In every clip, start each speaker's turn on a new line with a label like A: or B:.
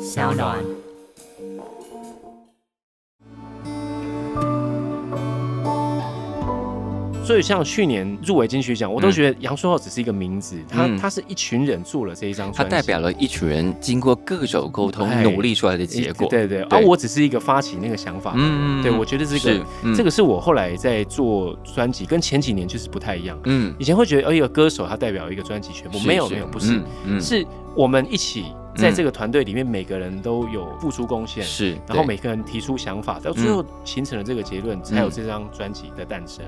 A: 小暖。
B: 所以像去年入围金曲奖，我都
C: 嗯
B: 觉得杨树浩只是一个名字，他
C: 嗯
B: 他是一群人做了这一张
C: 它
B: 专辑，
C: 代表了一群人经过各种沟通
B: 哎
C: 努力出来的结果。
B: 对对，而、啊、我只是一个发起那个想法的人，
C: 嗯
B: 对我觉得这个
C: 是嗯
B: 这个是我后来在做专辑，跟前几年就是不太一样。
C: 嗯，
B: 以前会觉得，哎呦，歌手他代表一个专辑全部，
C: 是
B: 没有
C: 是
B: 没有，不是，
C: 嗯嗯
B: 是我们一起在这个团队里面，每个人都有付出贡献，
C: 嗯是，嗯
B: 然后
C: 对
B: 每个人提出想法，到最后形成了这个结论，
C: 嗯
B: 才有这张专辑的诞生。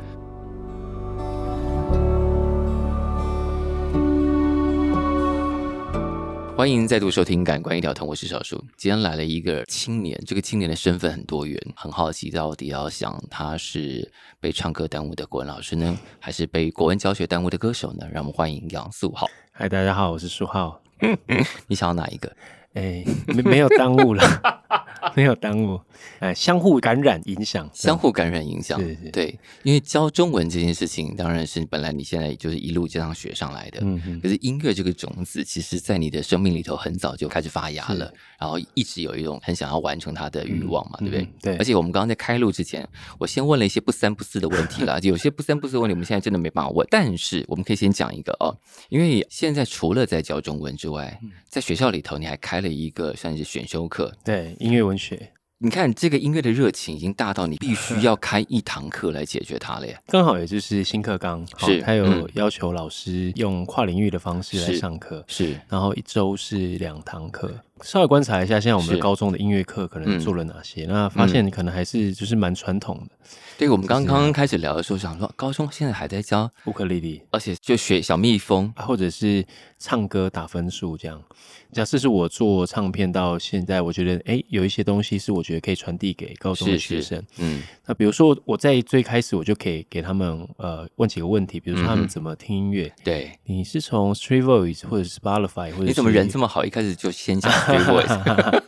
C: 欢迎再度收听《感官一条通》，我是小树。今天来了一个青年，这个青年的身份很多元，很好奇到底要想他是被唱歌耽误的国文老师呢，还是被国文教学耽误的歌手呢？让我们欢迎杨素浩，
B: 嗨，大家好，我是舒浩。
C: 你想要哪一个？
B: 哎，没没有耽误了， 没有耽误，哎，相互感染影响，
C: 相互感染影
B: 嗯
C: 响，
B: 是是
C: 对，因为教中文这件事情，当然是本来你现在就是一路这样学上来的，
B: 嗯嗯
C: 可是音乐这个种子，其实在你的生命里头很早就开始发芽了，然后一直有一种很想要完成它的欲望嘛，
B: 嗯
C: 对不对？
B: 嗯对
C: 而且我们刚刚在开录之前，我先问了一些不三不四的问 题啦，有些不三不四的问题，我们现在真的没办法问，但是我们可以先讲一个哦，因为现在除了在教中文之外，
B: 嗯
C: 在学校里头你还开了一个算是选修课，
B: 对，音乐文学
C: 你看这个音乐的热情已经大到你必须要开一堂课来解决它 了耶。
B: 刚好也就是新课纲，好
C: 是
B: 它有
C: 嗯
B: 要求老师用跨领域的方式来
C: 是
B: 上课，
C: 是，
B: 然后一周是两堂课。稍微观察一下，现在我们的
C: 是
B: 高中的音乐课可能
C: 嗯
B: 做了哪些？那发现可能还是就是蛮传统的，
C: 对我们
B: 啊
C: 刚刚开始聊的时候，想说高中现在还在教，
B: 乌克丽丽，
C: 而且就学小蜜蜂，
B: 啊或者是唱歌打分数这样。假设是我做唱片到现在，我觉得诶有一些东西是我觉得可以传递给高中的
C: 是
B: 学
C: 是
B: 生。
C: 嗯，
B: 那比如说我在最开始我就可以给他们呃问几个问题，比如说他
C: 嗯
B: 们
C: 哼
B: 怎么听音乐。
C: 对。
B: 你是从 Street Voice 或者是 Spotify 或者
C: 你怎么人这
B: 么，
C: 么好？一开始就先讲 Free Voice，OK，、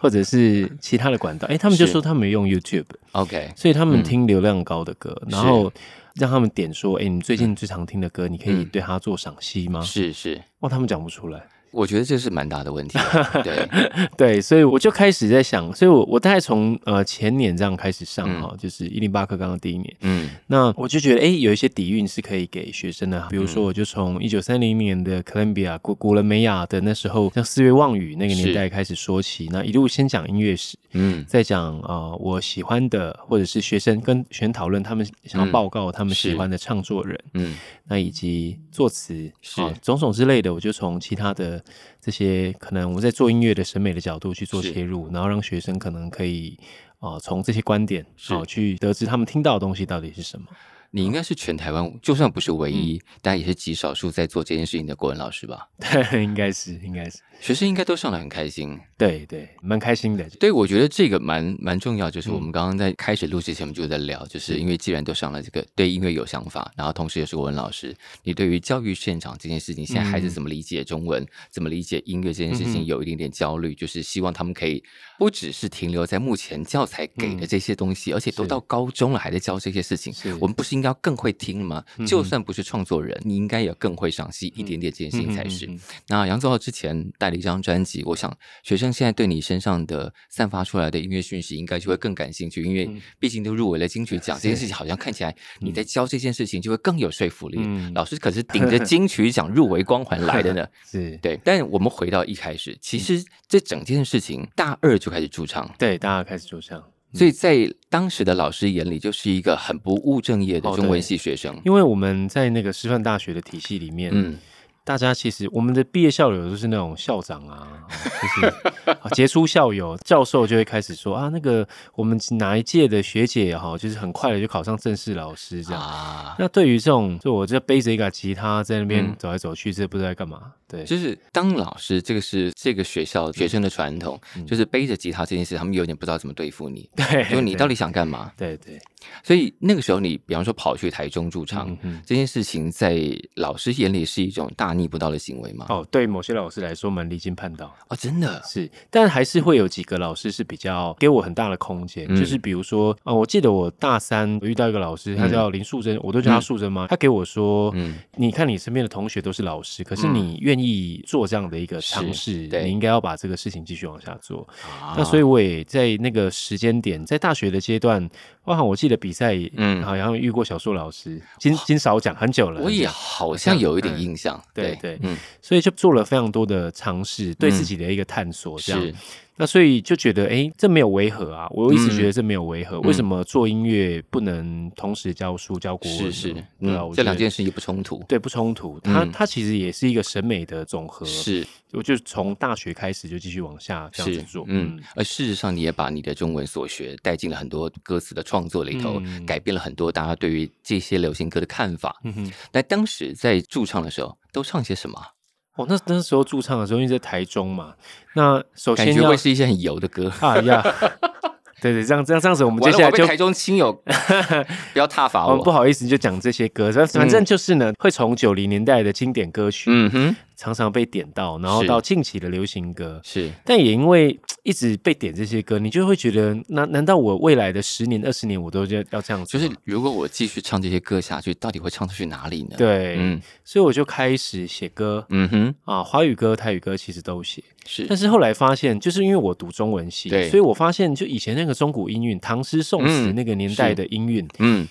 B: 或者是其他的管道？诶，他们就是说他们用 YouTube，
C: OK，
B: 所以他们听流量高的歌，然后让他们点说：“哎、你最近最常听的歌，你可以对它做赏析吗？”
C: 嗯是是，
B: 哇，他们讲不出来。
C: 我觉得这是蛮大的问题。对，
B: 对，所以我就开始在想，所以我我大概从呃前年这样开始上哈、就是一零八课纲的第一年。
C: 嗯，
B: 那我就觉得，哎、有一些底蕴是可以给学生的，啊比如
C: 嗯
B: 说，我就从一九三零年的哥伦比亚古古伦美亚的那时候，像四月望雨那个年
C: 是
B: 代开始说起，那一路先讲音乐史，
C: 嗯，
B: 在讲啊、呃我喜欢的，或者是学生跟学生讨论他们想要
C: 嗯
B: 报告他们喜
C: 是
B: 欢的唱作人，
C: 嗯，
B: 那以及作词
C: 是
B: 啊种种之类的，我就从其他的这些可能我们在做音乐的审美的角度去做
C: 是
B: 切入，然后让学生可能可以啊从、这些观点
C: 是
B: 啊去得知他们听到的东西到底是什么。
C: 你应该是全台湾，就算不是唯一，但也是极少数在做这件事情的国文老师吧？
B: 对，应该是应该是
C: 学生应该都上来很开心，
B: 对对，蛮开心的。
C: 对，我觉得这个蛮蛮重要，
B: 嗯
C: 就是我们刚刚在开始录之前，我们就在聊，就是因为既然都上了这个对音乐有想法，然后同时也是文老师，你对于教育现场这件事情，现在孩子
B: 嗯
C: 怎么理解中文，怎么理解音乐这件事
B: 嗯
C: 情，
B: 哼
C: 有一点点焦虑，就是希望他们可以不只是停留在目前教材给的
B: 嗯
C: 这些东西，而且都
B: 是
C: 到高中了还在教这些事情
B: 是，嗯
C: 我们不是应该要更会听吗？就算不是创作人，你应该也更会赏析一点点这件事情才是。
B: 嗯嗯嗯
C: 那杨宗浩之前带了一张专辑，我想学生现在对你身上的散发出来的音乐讯息，应该就会更感兴趣，因
B: 嗯
C: 为毕竟都入围了金曲 奖，这件事情好像看起来你在教这件事情就会更有说服力。
B: 嗯
C: 老师可是 顶着金曲奖入围光环来的呢。
B: 是，
C: 对，但我们回到一开始，
B: 嗯
C: 其实这整件事情大二就开始驻唱，
B: 对，大家开始做这样，
C: 所以在当时的老师眼里就是一个很不务正业的
B: 哦
C: 中文
B: 对
C: 系学生。
B: 因为我们在那个师范大学的体系里面，
C: 嗯，
B: 大家其实我们的毕业校友都是那种校长啊，就是啊杰出校友， 教授就会开始说啊，那个我们哪一届的学姐哈，就是很快的就考上正式老师这样。
C: 啊，
B: 那对于这种，就我就背着一把吉他在那边
C: 嗯
B: 走来走去，这不知道在干嘛。对，
C: 就是当老师，这个是这个学校学生的传统，就是背着吉他这件事，他们有点不知道怎么对付你，
B: 对，
C: 就你啊
B: 对
C: 到底想干嘛？
B: 对对，
C: 所以那个时候你，比方说跑去台中驻唱、
B: 嗯哼
C: 这件事情，在老师眼里是一种大逆不道的行为吗？哦哦
B: 哦，对某些老师来说蛮离经叛道，
C: 真的，
B: 是，但还是会有几个老师是比较给我很大的空间，
C: 嗯
B: 就是比如说，呃，我记得我大三我遇到一个老师，他叫林素贞，我都叫他素贞妈，他给我说，
C: 嗯
B: 你看你身边的同学都是老师，可是
C: 嗯
B: 你愿愿意做这样的一个尝试，
C: 对
B: 你应该要把这个事情继续往下做。
C: 啊
B: 那所以我也在那个时间点，在大学的阶段，包含我记得比赛，
C: 嗯
B: 嗯，好像遇过小树老师，金金少奖很久了，
C: 我
B: 很久
C: 也好像有一点印象，
B: 对对
C: 嗯，
B: 所以就做了非常多的尝试，对自己的一个探索，这样。
C: 是
B: 那所以就觉得，哎，这没有违和啊！我一直觉得这没有违和，
C: 嗯
B: 为什么做音乐不能同时教书教国文
C: 是
B: 呢？
C: 是，
B: 对啊，
C: 嗯，
B: 我
C: 这两
B: 觉得
C: 件事也不冲突，
B: 对不冲突，它、
C: 嗯
B: 它其实也是一个审美的总和。，
C: 是
B: 我就从大学开始就继续往下这样
C: 是
B: 子做，，
C: 嗯，而事实上你也把你的中文所学带进了很多歌词的创作里头，
B: 嗯
C: 改变了很多大家对于这些流行歌的看法。
B: 嗯哼。
C: 那当时在驻唱的时候都唱些什么啊？
B: 哦，那那时候驻唱的时候，因为在台中嘛，那首
C: 感
B: 先
C: 觉
B: 要
C: 会是一些很油 的歌。
B: 啊呀，对对，这样这样这样子，我们接
C: 完了
B: 下来
C: 我被
B: 就
C: 台中 亲友不要踏伐
B: 哦，不
C: 我。
B: 好意思，就讲这些歌，反反正就是呢，会从九零年代的经典歌曲，
C: 嗯哼，
B: 常常被点到，然后
C: 是
B: 到近期的流行歌，
C: 是
B: 但也因为一直被点这些歌，你就会觉得，那难道我未来的十年、二十年我都要要这样子
C: 就
B: 吗？
C: 是嗯如果我继续唱这些歌下去，到底会唱出去哪里呢？，
B: 对，
C: 嗯
B: 所以我就开始写歌
C: 嗯哼，
B: 啊，华语歌、泰语歌其实都写，
C: 是
B: 但是后来发现，就是因为我读中文系
C: 对，
B: 所以我发现就以前那个中古音韵、唐诗宋词
C: 嗯
B: 那个年代的音韵，
C: 嗯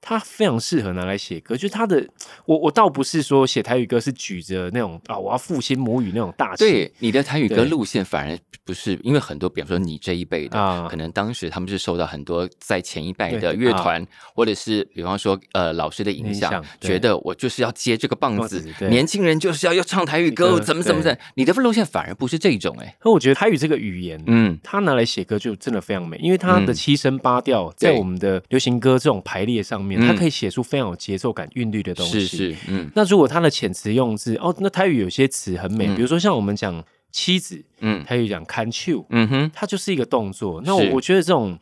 B: 它非常适合拿来写歌，就是它的，我我倒不是说写台语歌是举着那种啊，我要复兴母语那种大气，
C: 对，你的台语歌
B: 对
C: 路线反而不是，因为很多，比方说你这一辈的，
B: 啊
C: 可能当时他们是受到很多在前一辈
B: 对啊
C: 的乐团，或者是比方说呃老师的影
B: 影
C: 响
B: 响，对
C: 觉得我就是要接这个棒
B: 棒
C: 子
B: 子，对
C: 年轻人就是要要唱台语歌，
B: 歌
C: 怎么怎么
B: 对
C: 怎么，你的路线反而不是这种哎、
B: 可我觉得台语这个语言，
C: 嗯，
B: 它拿来写歌就真的非常美，因为它的七声八调在
C: 对
B: 我们的流行歌这种排列上面，
C: 嗯
B: 它可以写出非常有节奏感、韵律的东西。
C: 是。是，嗯
B: 那如果它的遣词用字，哦，那台语有些词很美，
C: 嗯
B: 比如说像我们讲妻子，
C: 嗯
B: 台语讲 can you，
C: 嗯哼，
B: 它就是一个动作。那我
C: 是
B: 我觉得这种。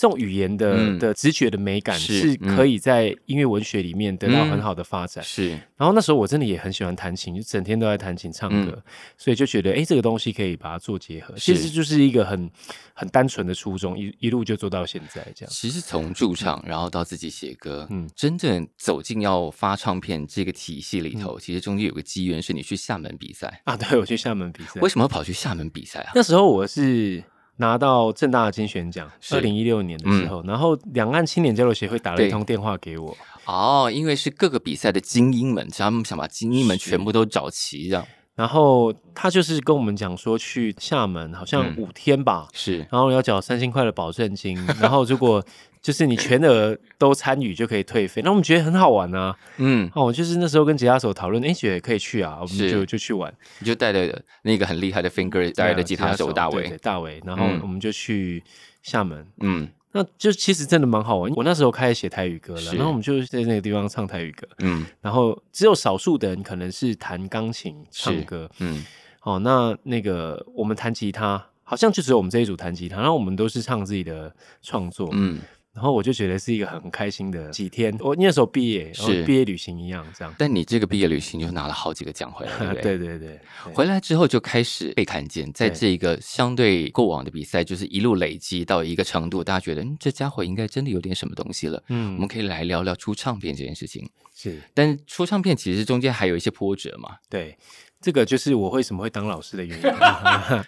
B: 这种语言的、
C: 嗯
B: 的直觉的美感
C: 是
B: 是
C: 嗯
B: 可以在音乐文学里面得到很好的发展。
C: 是
B: 然后那时候我真的也很喜欢弹琴，就整天都在弹琴唱歌，所以就觉得哎，诶这个东西可以把它做结合，
C: 嗯是
B: 其实就是一个很很单纯的初衷，一一路就做到现在这样。
C: 其实从驻唱，然后到自己写歌，嗯
B: 嗯，
C: 真正走进要发唱片这个体系
B: 嗯
C: 里头，其实中间有个机缘是你去厦门比赛。
B: 啊，对，我去厦门比赛
C: 为，什么要跑去厦门比赛啊？
B: 那时候我是拿到正大的金选奖，
C: 是嗯
B: 二零一六年的时候，然后两岸青年交流协会打了
C: 对
B: 一通电话给我，
C: 哦，因为是各个比赛的精英们，他们想把精英们全部都找齐，这样
B: 然后他就是跟我们讲说去厦门好像
C: 嗯
B: 五天吧，
C: 是
B: 然后要缴三千块的保证金，然后如果就是你全额都参与就可以退费，那我们觉得很好玩啊。
C: 嗯，
B: 哦，就是那时候跟吉他手讨论，哎，觉得可以去啊，我们
C: 是
B: 就就去玩。
C: 你就带着那个很厉害的 finger 带啊的吉他手大
B: 对对啊
C: 卫，
B: 大伟，然后
C: 嗯
B: 我们就去厦门。
C: 嗯
B: 那就其实真的蛮好玩。我那时候开始写台语歌了，
C: 是
B: 然后我们就在那个地方唱台语歌，
C: 嗯
B: 然后只有少数的人可能是弹钢琴唱歌，
C: 嗯，
B: 哦，那那个我们弹吉他，好像就只有我们这一组弹吉他，然后我们都是唱自己的创作，
C: 嗯。
B: 然后我就觉得是一个很开心的几天。我那时候毕业，然后
C: 是
B: 毕业旅行一样这样。
C: 但你这个毕业旅行就拿了好几个奖回来，对不 对？
B: 对对对，对
C: 回来之后就开始被看见，在这个相对过往的比赛，就是一路累积到一个程度，大家觉得，嗯，这家伙应该真的有点什么东西了。我
B: 嗯
C: 们，可以来聊聊出唱片这件事情，
B: 是
C: 但是出唱片其实中间还有一些波折嘛。
B: 对，这个就是我为什么会当老师的 原因。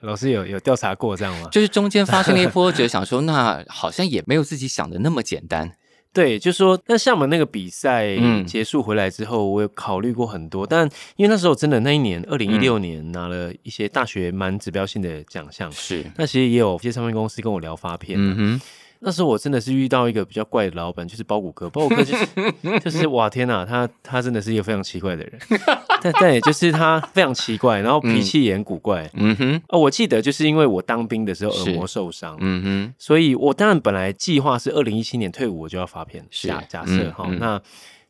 B: 老师有有调查过这样吗？
C: 就是中间发生了一波折，想说那好像也没有自己想的那么简单。
B: 对，就说那厦门那个比赛
C: 嗯
B: 结束回来之后，我有考虑过很多，但因为那时候真的那一年二零一
C: 嗯
B: 六年拿了一些大学蛮指标性的奖项，
C: 是，
B: 那其实也有一些唱片公司跟我聊发片，
C: 嗯哼，
B: 那时候我真的是遇到一个比较怪的老板，就是包谷哥。包谷哥就是 就是哇天呐，他他真的是一个非常奇怪的人， 但但也就是他非常奇怪，然后脾气也很古怪。
C: 嗯哼，
B: 哦，我记得就是因为我当兵的时候
C: 是
B: 耳膜受伤，
C: 嗯哼，
B: 所以我当然本来计划是二零一七年退伍我就要发片，
C: 是
B: 假假
C: 嗯
B: 设哈、
C: 嗯
B: 那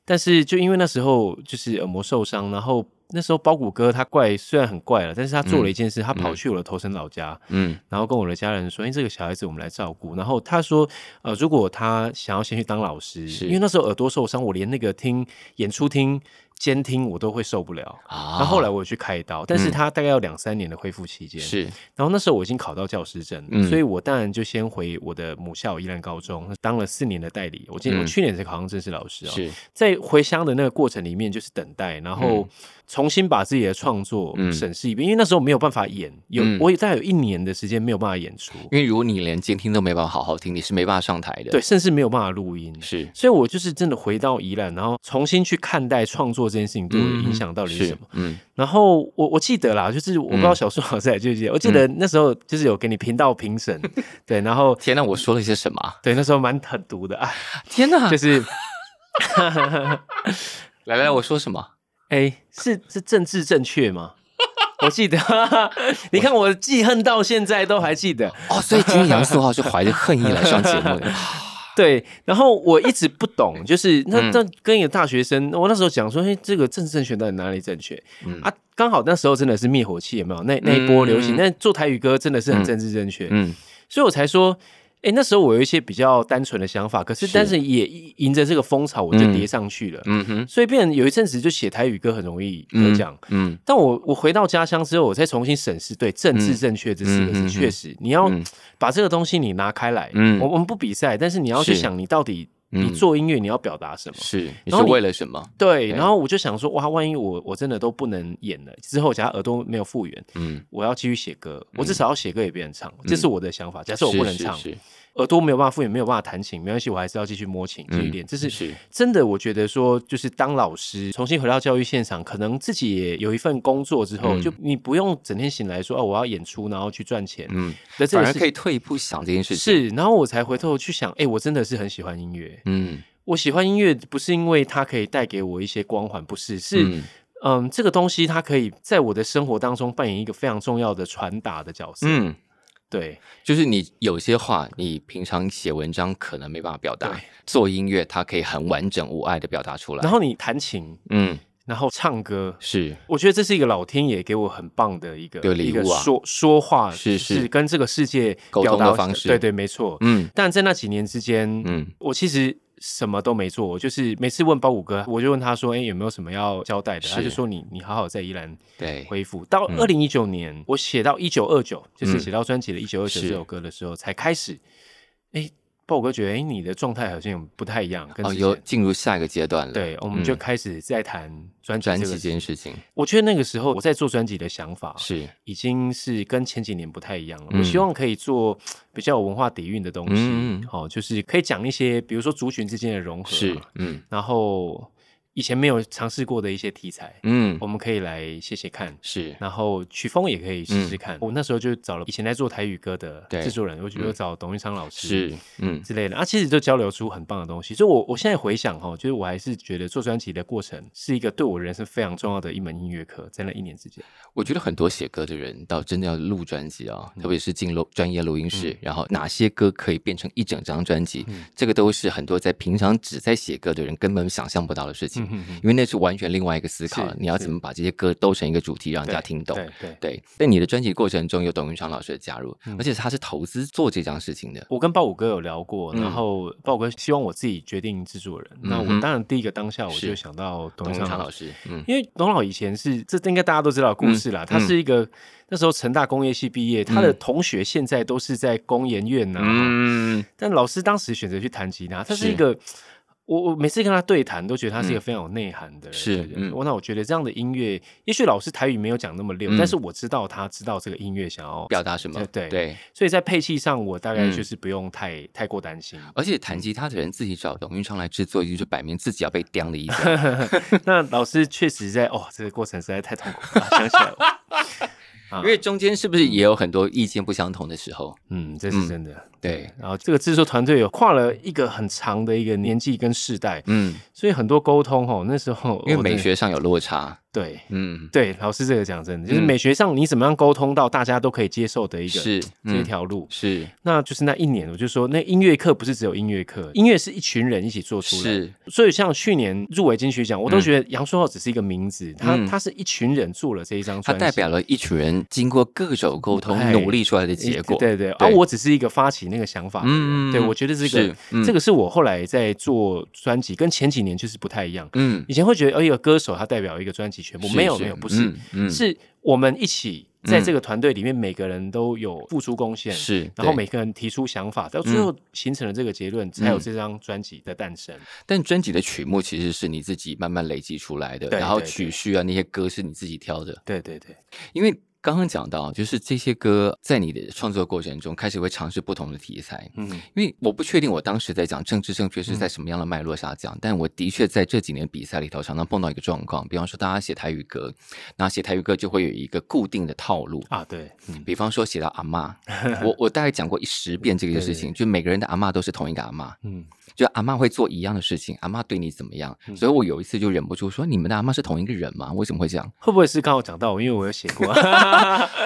B: 但是就因为那时候就是耳膜受伤，然后那时候包谷哥他怪虽然很怪了，但是他做了一件事，他跑去我的头城老家，
C: 嗯
B: 然后跟我的家人说：“哎、这个小孩子我们来照顾。”然后他说：“呃，如果他想要先去当老师，
C: 是
B: 因为那时候耳朵受伤，我连那个听演出厅监听我都会受不了。
C: 啊，
B: 然
C: 嗯
B: 后后来我去开刀，但是他大概要两三年的恢复期间。
C: 是
B: 然后那时候我已经考到教师证了，
C: 嗯
B: 所以我当然就先回我的母校宜兰高中，当了四年的代理。我今
C: 嗯
B: 我去年才考上正式老师哦。
C: 是，
B: 在回乡的那个过程里面，就是等待，然后重新把自己的创作
C: 嗯
B: 审视一遍，因为那时候没有办法演，有、
C: 嗯
B: 我也大概有一年的时间没有办法演出，
C: 因为如果你连监听都没办法好好听，你是没办法上台的。
B: 对，，甚至没有办法录音。
C: 是
B: 所以我就是真的回到宜兰，然后重新去看待创作这件事情对我的影响到底是什么。？
C: 嗯
B: 然后我我记得啦，就是我不知道小树老师还记不记得，我记得那时候就是有给你频道评审， 对，然后
C: 嗯，天哪，我说了些什么啊？
B: 对那时候蛮狠毒的 啊，
C: 天哪
B: 就！是
C: 来来，我说什么？
B: 哎，是是政治正确 吗？我记得， 你看我记恨到现在都还记得。
C: 哦，所以今天杨素浩是怀着恨意来上节目的。
B: 对，然后我一直不懂， 就是那
C: 嗯
B: 那跟一个大学生，我那时候讲说，哎，这个政治正确到底哪里正确、
C: 嗯
B: 啊？刚好那时候真的是灭火器，有没有？那那一波流行，
C: 嗯
B: 那做台语歌真的是很政治正确，
C: 嗯，
B: 所以我才说。哎，那时候我有一些比较单纯的想法，可是
C: 是
B: 但是也迎着这个风潮，我就
C: 嗯
B: 叠上去了。
C: 嗯哼，
B: 所以变成有一阵子就写台语歌很容易得奖，
C: 嗯，
B: 但我我回到家乡之后，我再重新审视，对“政治正确”这四个
C: 嗯嗯嗯
B: 字，
C: 嗯
B: 确、实你要
C: 嗯
B: 把这个东西你拿开来。
C: 嗯
B: 我我们不比赛，但是你要去
C: 是
B: 想，你到底
C: 嗯
B: 你做音乐你要表达什么。
C: 是，你
B: 哦然
C: 是
B: 后你
C: 为了什么？
B: 对，
C: 对
B: 然后我就想说，哇，万一我我真的都不能演了，之后假如耳朵没有复原，
C: 嗯，
B: 我要继续写歌，我至少要写歌给别人唱，这是我的想法。假设我
C: 是
B: 不能
C: 是
B: 唱，
C: 是
B: 耳朵没有办法复原，没有办法弹琴，没关系，我还是要继续摸琴，继续
C: 嗯
B: 练。这是
C: 是
B: 真的，我觉得说就是当老师，重新回到教育现场，可能自己也有一份工作之后，
C: 嗯
B: 就你不用整天醒来说哦，我要演出，然后去赚钱
C: 嗯，
B: 的这
C: 反
B: 个
C: 而
B: 事
C: 可以
B: 情。
C: 退一步想这件事情。
B: 是，然后我才回头去想，哎、我真的是很喜欢音乐。
C: 嗯，
B: 我喜欢音乐不是因为它可以带给我一些光环，不是，是嗯
C: 嗯
B: 这个东西它可以在我的生活当中扮演一个非常重要的传达的角色。
C: 嗯，
B: 对，
C: 就是你有些话，你平常写文章可能没办法表达
B: 对，
C: 做音乐它可以很完整无碍的表达出来。
B: 然后你弹琴，
C: 嗯，
B: 然后唱歌，
C: 是
B: 我觉得这是一个老天爷给我很棒的一个
C: 有礼
B: 一个
C: 物啊
B: 说说话
C: 是是
B: 是跟这个世界
C: 沟通的
B: 表达
C: 方式
B: 对对，没错。
C: 嗯
B: 但在那几年之间，
C: 嗯
B: 我其实什么都没做，我就是每次问包谷哥，我就问他说：“哎，有没有什么要交代的？”
C: 是
B: 他就说你：“你好好在宜兰
C: 对，
B: 恢复。”到二零一九年，我写到一九二九，就是
C: 嗯
B: 写到专辑的《一九二九》
C: 是
B: 这首歌的时候，才开始，哎，包谷哥觉得，哎，你的状态好像有不太一样，跟
C: 哦，
B: 之
C: 有
B: 前
C: 进入下一个阶段了。
B: 对，我们
C: 嗯
B: 就开始在谈专辑
C: 专
B: 这
C: 辑
B: 个哦
C: 这件事情
B: 我觉得那个时候我在做专辑的想法
C: 是
B: 已经是跟前几年不太一样了。
C: 嗯
B: 我希望可以做比较有文化底蕴的东西，
C: 嗯嗯嗯
B: 哦，就是可以讲一些，比如说族群之间的融合啊，
C: 是，嗯
B: 然后以前没有尝试过的一些题材，
C: 嗯
B: 我们可以来写写看。
C: 是
B: 然后曲风也可以试试看。我那时候就找了以前在做台语歌的
C: 嗯对嗯
B: 制作人，我觉得找董玉昌老师
C: 是嗯
B: 之类的啊，其实就交流出很棒的东西。所以我，我现在回想哈，就是我还是觉得做专辑的过程是一个对我人生非常重要的一门音乐课，在那一年之间。
C: 我觉得很多写歌的人到真的要录专辑啊、特别
B: 嗯
C: 是进录专业录音室、然后哪些歌可以变成一整张专辑、
B: 嗯
C: 这个都是很多在平常只在写歌的人根本想象不到的事情，因为那是完全另外一个思考
B: 嗯是，
C: 你要
B: 是
C: 怎么把这些歌兜成一个主题，让人家
B: 对
C: 听懂。
B: 对对，
C: 对，在你的专辑过程中有董云昌老师的加入、
B: 嗯
C: 而且他是投资做这件事情的。
B: 我跟豹五哥有聊过，
C: 嗯
B: 然后豹五哥希望我自己决定制作人。那
C: 嗯哼
B: 我当然第一个当下我
C: 是
B: 就想到董
C: 董
B: 事
C: 云昌
B: 长
C: 老
B: 老师。
C: 师，嗯，
B: 因为董老以前是，这应该大家都知道的故事啦。他是一个那时候成大工业系毕业，他的同学现在都是在工研院啊呐、
C: 嗯，
B: 但老师当时选择去弹吉他，他是
C: 是嗯
B: 一个，我我每次跟他对谈都觉得他是一个非常有内涵的人。
C: 是
B: 对
C: 嗯
B: 我那我觉得这样的音乐，也许老师台语没有讲那么溜，
C: 嗯
B: 但是我知道他知道这个音乐想要
C: 表达什么？
B: 对
C: 对，
B: 所以在配器上我大概
C: 嗯
B: 就是不用太、太过担心。
C: 而且
B: 嗯
C: 弹吉他的人自己找董云昌来制作，就是摆明自己要被刁的意思。
B: 那老师确实在哦，这个过程实在太痛苦了， 想起来我，啊
C: 因为中间是不是也有很多意见不相同的时候？
B: 嗯，这是真的。
C: 对，
B: 然后这个制作团队有跨了一个很长的一个年纪跟世代，
C: 嗯，
B: 所以很多沟通哦，那时候
C: 因为
B: 我真
C: 美
B: 的
C: 学上有落差，
B: 对
C: 嗯，
B: 对，老师这个讲真的，就是
C: 嗯
B: 美学上你怎么样沟通到大家都可以接受的一个
C: 是
B: 这一
C: 嗯
B: 条路。
C: 是
B: 那就是那一年，我就说，那音乐课不是只有音乐课，音乐是一群人一起做出来的。
C: 是，
B: 所以像去年入围金曲奖，我都
C: 嗯
B: 觉得杨舒浩只是一个名字，他
C: 嗯
B: 他是一群人做了这一张
C: 它
B: 专辑，
C: 代表了一群人经过各种沟通
B: 哎
C: 努力出来的
B: 一
C: 结果。
B: 对对，而、
C: 对
B: 我只是一个发起那个想法的人，
C: 嗯
B: 对我觉得这个
C: 是嗯
B: 这个是我后来在做专辑，跟前几年就是不太一样。
C: 嗯，
B: 以前会觉得，哎，一个歌手他代表一个专辑全部，
C: 是
B: 没有
C: 是
B: 没有，不是
C: 嗯，嗯
B: 是我们一起在这个团队里面，每个人都有付出贡献，
C: 是，
B: 然后
C: 对
B: 每个人提出想法，到最后形成了这个结论，才有
C: 嗯
B: 这张专辑的诞生。
C: 但专辑的曲目其实是你自己慢慢累积出来的，
B: 对
C: 然后
B: 对对
C: 曲序啊那些歌是你自己挑的，
B: 对对对，
C: 因为。刚刚讲到，就是这些歌在你的创作过程中开始会尝试不同的题材，
B: 嗯，
C: 因为嗯我不确定我当时在讲政治正确是在什么样的脉络下讲，但我的确在这几年比赛里头常常碰到一个状况，比方说大家写台语歌，那写台语歌就会有一个固定的套路，
B: 啊，对，
C: 比方说写到阿嬷，我我大概讲过一十遍这 个事情，就每个人的阿嬷都是同一个阿嬷，
B: 嗯，
C: 就阿嬷会做一样的事情，阿嬷对你怎么样，所以我有一次就忍不住说，你们的阿嬷是同一个人吗？为什么会这样？
B: 会不会是刚好讲到我，因为我有写过，啊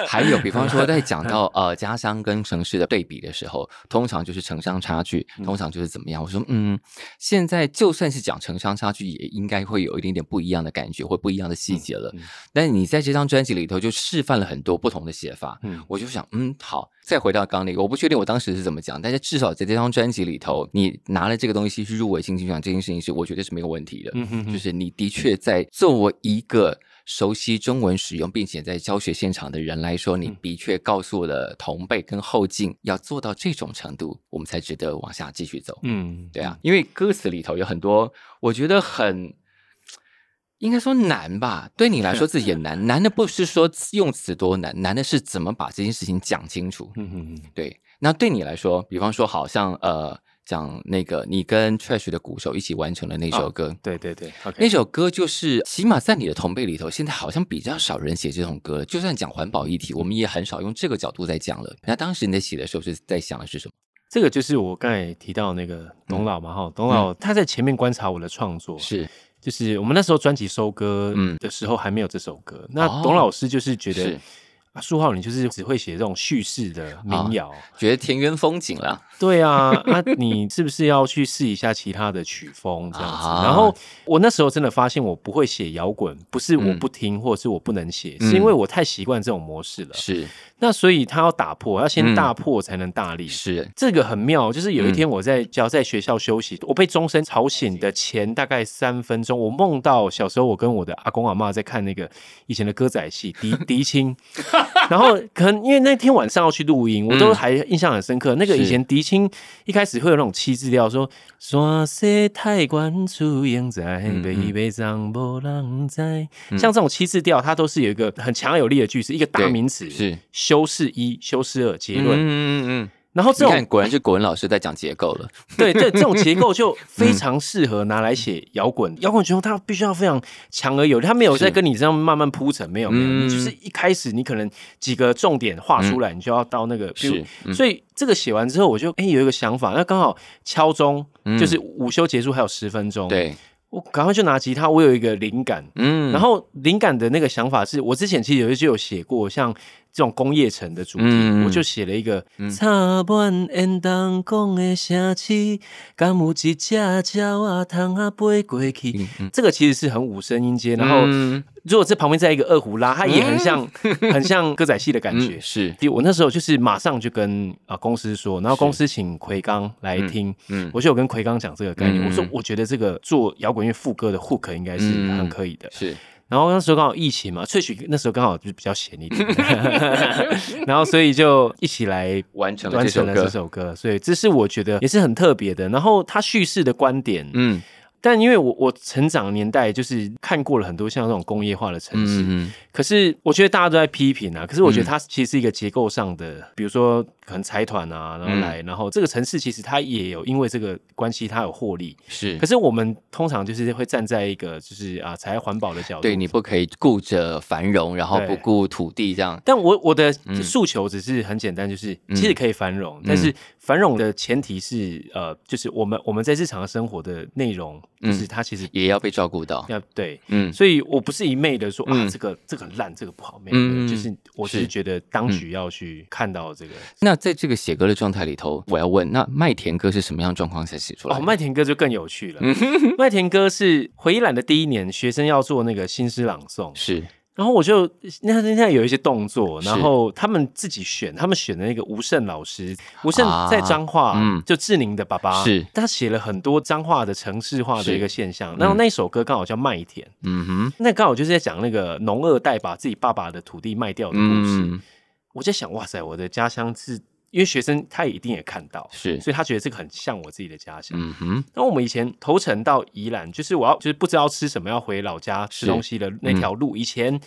C: 还有，比方说在讲 到呃家乡跟城市的对比的时候，通常就是城乡差距，通常就是怎么样？我说嗯，现在就算是讲城乡差距，也应该会有一点点不一样的感觉或不一样的细节了。
B: 嗯嗯
C: 但你在这张专辑里头就示范了很多不同的写法，
B: 嗯
C: 我就想嗯好，再回到刚刚那个，我不确定我当时是怎么讲，但是至少在这张专辑里头，你拿了这个东西去入围金曲奖这件事情是我觉得是没有问题的。
B: 嗯哼哼
C: 就是你的确在作为一个熟悉中文使用，并且在教学现场的人来说，
B: 嗯
C: 你的确告诉了同辈跟后进，要做到这种程度，我们才值得往下继续走。
B: 嗯，
C: 对啊，因为歌词里头有很多，我觉得很。应该说难吧，对你来说自己也难。难的不是说用词多难，难的是怎么把这件事情讲清楚。
B: 嗯嗯嗯，
C: 对，那对你来说，比方说，好像呃，讲那个你跟 Trash 的鼓手一起完成了那首
B: 哦
C: 歌，
B: 对对对，OK，
C: 那首歌就是，起码在你的同辈里头，现在好像比较少人写这种歌了。就算讲环保议题，我们也很少用这个角度在讲了。那当时你在写的时候是在想的是什么？
B: 这个就是我刚才提到那个董老嘛，哈、董老他在前面观察我的创作，
C: 嗯是
B: 就是我们那时候专辑收歌
C: 嗯
B: 的时候还没有这首歌，那
C: 哦
B: 董老师就是觉得
C: 是。
B: 啊苏浩，你就是只会写这种叙事的
C: 啊
B: 民谣，
C: 觉得田园风景啦，
B: 对啊，啊，你是不是要去试一下其他的曲风这样子？
C: 啊
B: 然后我那时候真的发现，我不会写摇滚，不是我
C: 嗯
B: 不听，或者是我不能写，
C: 嗯
B: 是因为我太习惯这种模式了。
C: 是
B: 那所以他要打破，要先
C: 嗯
B: 大破才能大立。
C: 是，
B: 这个很妙，就是
C: 嗯
B: 有一天我在只要在学校休息，我被钟声吵醒的前大概三分钟，我梦到小时候我跟我的阿公阿妈在看那个以前的歌仔戏 《狄狄青》，然后可能因为那天晚上要去录音，我都
C: 嗯
B: 还印象很深刻。那个以前狄青一开始会有那种七字调，说“山西太原出英在，
C: 嗯
B: 北北上无人在”，像这种七字调，它都是有一个很强有力的句式，一个大
C: 对
B: 名词
C: 是
B: 修饰一、修饰二结
C: 嗯
B: 论。
C: 嗯嗯，哦
B: 然后这
C: 你
B: 种
C: 看，果然是国文老师在讲结构了。
B: 对对，这种结构就
C: 嗯
B: 非常适合拿来写摇滚。摇滚曲风它必须要非常强而有力，它没有在
C: 是
B: 跟你这样慢慢铺陈，没有没有，
C: 嗯
B: 你就是一开始你可能几个重点画出来，你就要到那个。比如
C: 是嗯
B: 所以这个写完之后，我就哎有一个想法，那刚好敲钟，
C: 嗯
B: 就是午休结束还有十分钟，，
C: 对，
B: 我赶快就拿吉他，我有一个灵感。
C: 嗯，
B: 然后灵感的那个想法是我之前其实有一就有写过，像这种工业城的主题，
C: 嗯嗯嗯
B: 我就写了一个插满烟当讲的城市，敢有一只鸟啊通啊飞过去？这个其实是很五声音阶，然后
C: 嗯
B: 如果这旁边再一个二胡拉，它也很 像、很像歌仔戏的感觉
C: 嗯。是，
B: 我那时候就是马上就跟啊、呃公司说，然后公司请奎刚来听，
C: 嗯
B: 我就有跟奎刚讲这个概念，
C: 嗯嗯
B: 我说我觉得这个做摇滚乐副歌的 hook 应该是
C: 嗯嗯
B: 很可以的，
C: 是
B: 然后那时候刚好疫情嘛，萃取那时候刚好就是比较闲一点， 然后所以就一起来
C: 完成了
B: 完
C: 这
B: 成
C: 首
B: 了这
C: 歌。
B: 首歌，所以这是我觉得也是很特别的。然后他叙事的观点，
C: 嗯
B: 但因为我我成长年代就是看过了很多像那种工业化的城市，
C: 嗯嗯嗯
B: 可是我觉得大家都在批评啊，可是我觉得它其实是一个结构上的，比如说可能财团啊，然后来，
C: 嗯
B: 然后这个城市其实它也有因为这个关系，它有获利。
C: 是
B: 可。是我们通常就是会站在一个就是啊财环保的角度，
C: 对你不可以顾着繁荣，然后
B: 对
C: 不顾土地，这样
B: 但我我的
C: 嗯
B: 诉求只是很简单，就是、其实可以繁荣，但是繁荣的前提是呃，就是我们我们在日常生活的内容，就是它其实
C: 也要被照顾到。
B: 要对，
C: 嗯，
B: 所以我不是一昧的说、啊
C: 嗯
B: 这个这个很烂，这个不好，没有，没有
C: 嗯
B: 就是我只是
C: 是嗯
B: 觉得当局要去看到这个。
C: 那在这个写歌的状态里头，我要问，那麦田歌是什么样的状况下写出来
B: 哦，
C: 的？
B: 麦田歌就更有趣了。
C: 嗯
B: 麦田歌是回忆兰的第一年，学生要做那个新诗朗诵，
C: 是
B: 然后我就那现在有一些动作，
C: 是
B: 然后他们自己选，他们选的那个吴胜老师，吴胜
C: 啊
B: 在彰化，
C: 嗯
B: 就志宁的爸爸，
C: 是
B: 他写了很多彰化的城市化的
C: 是
B: 一个现象。然后那首歌刚好叫《麦田》，
C: 嗯哼，
B: 那刚好就是在讲那个农二代把自己爸爸的土地卖掉的故事。
C: 嗯，
B: 我在想，哇塞，我的家乡是因为学生他也一定也看到，
C: 是，
B: 所以他觉得这个很像我自己的家乡。
C: 嗯哼，
B: 那我们以前头城到宜兰，就是我要就是不知道吃什么，要回老家吃
C: 是
B: 东西的那条路，以前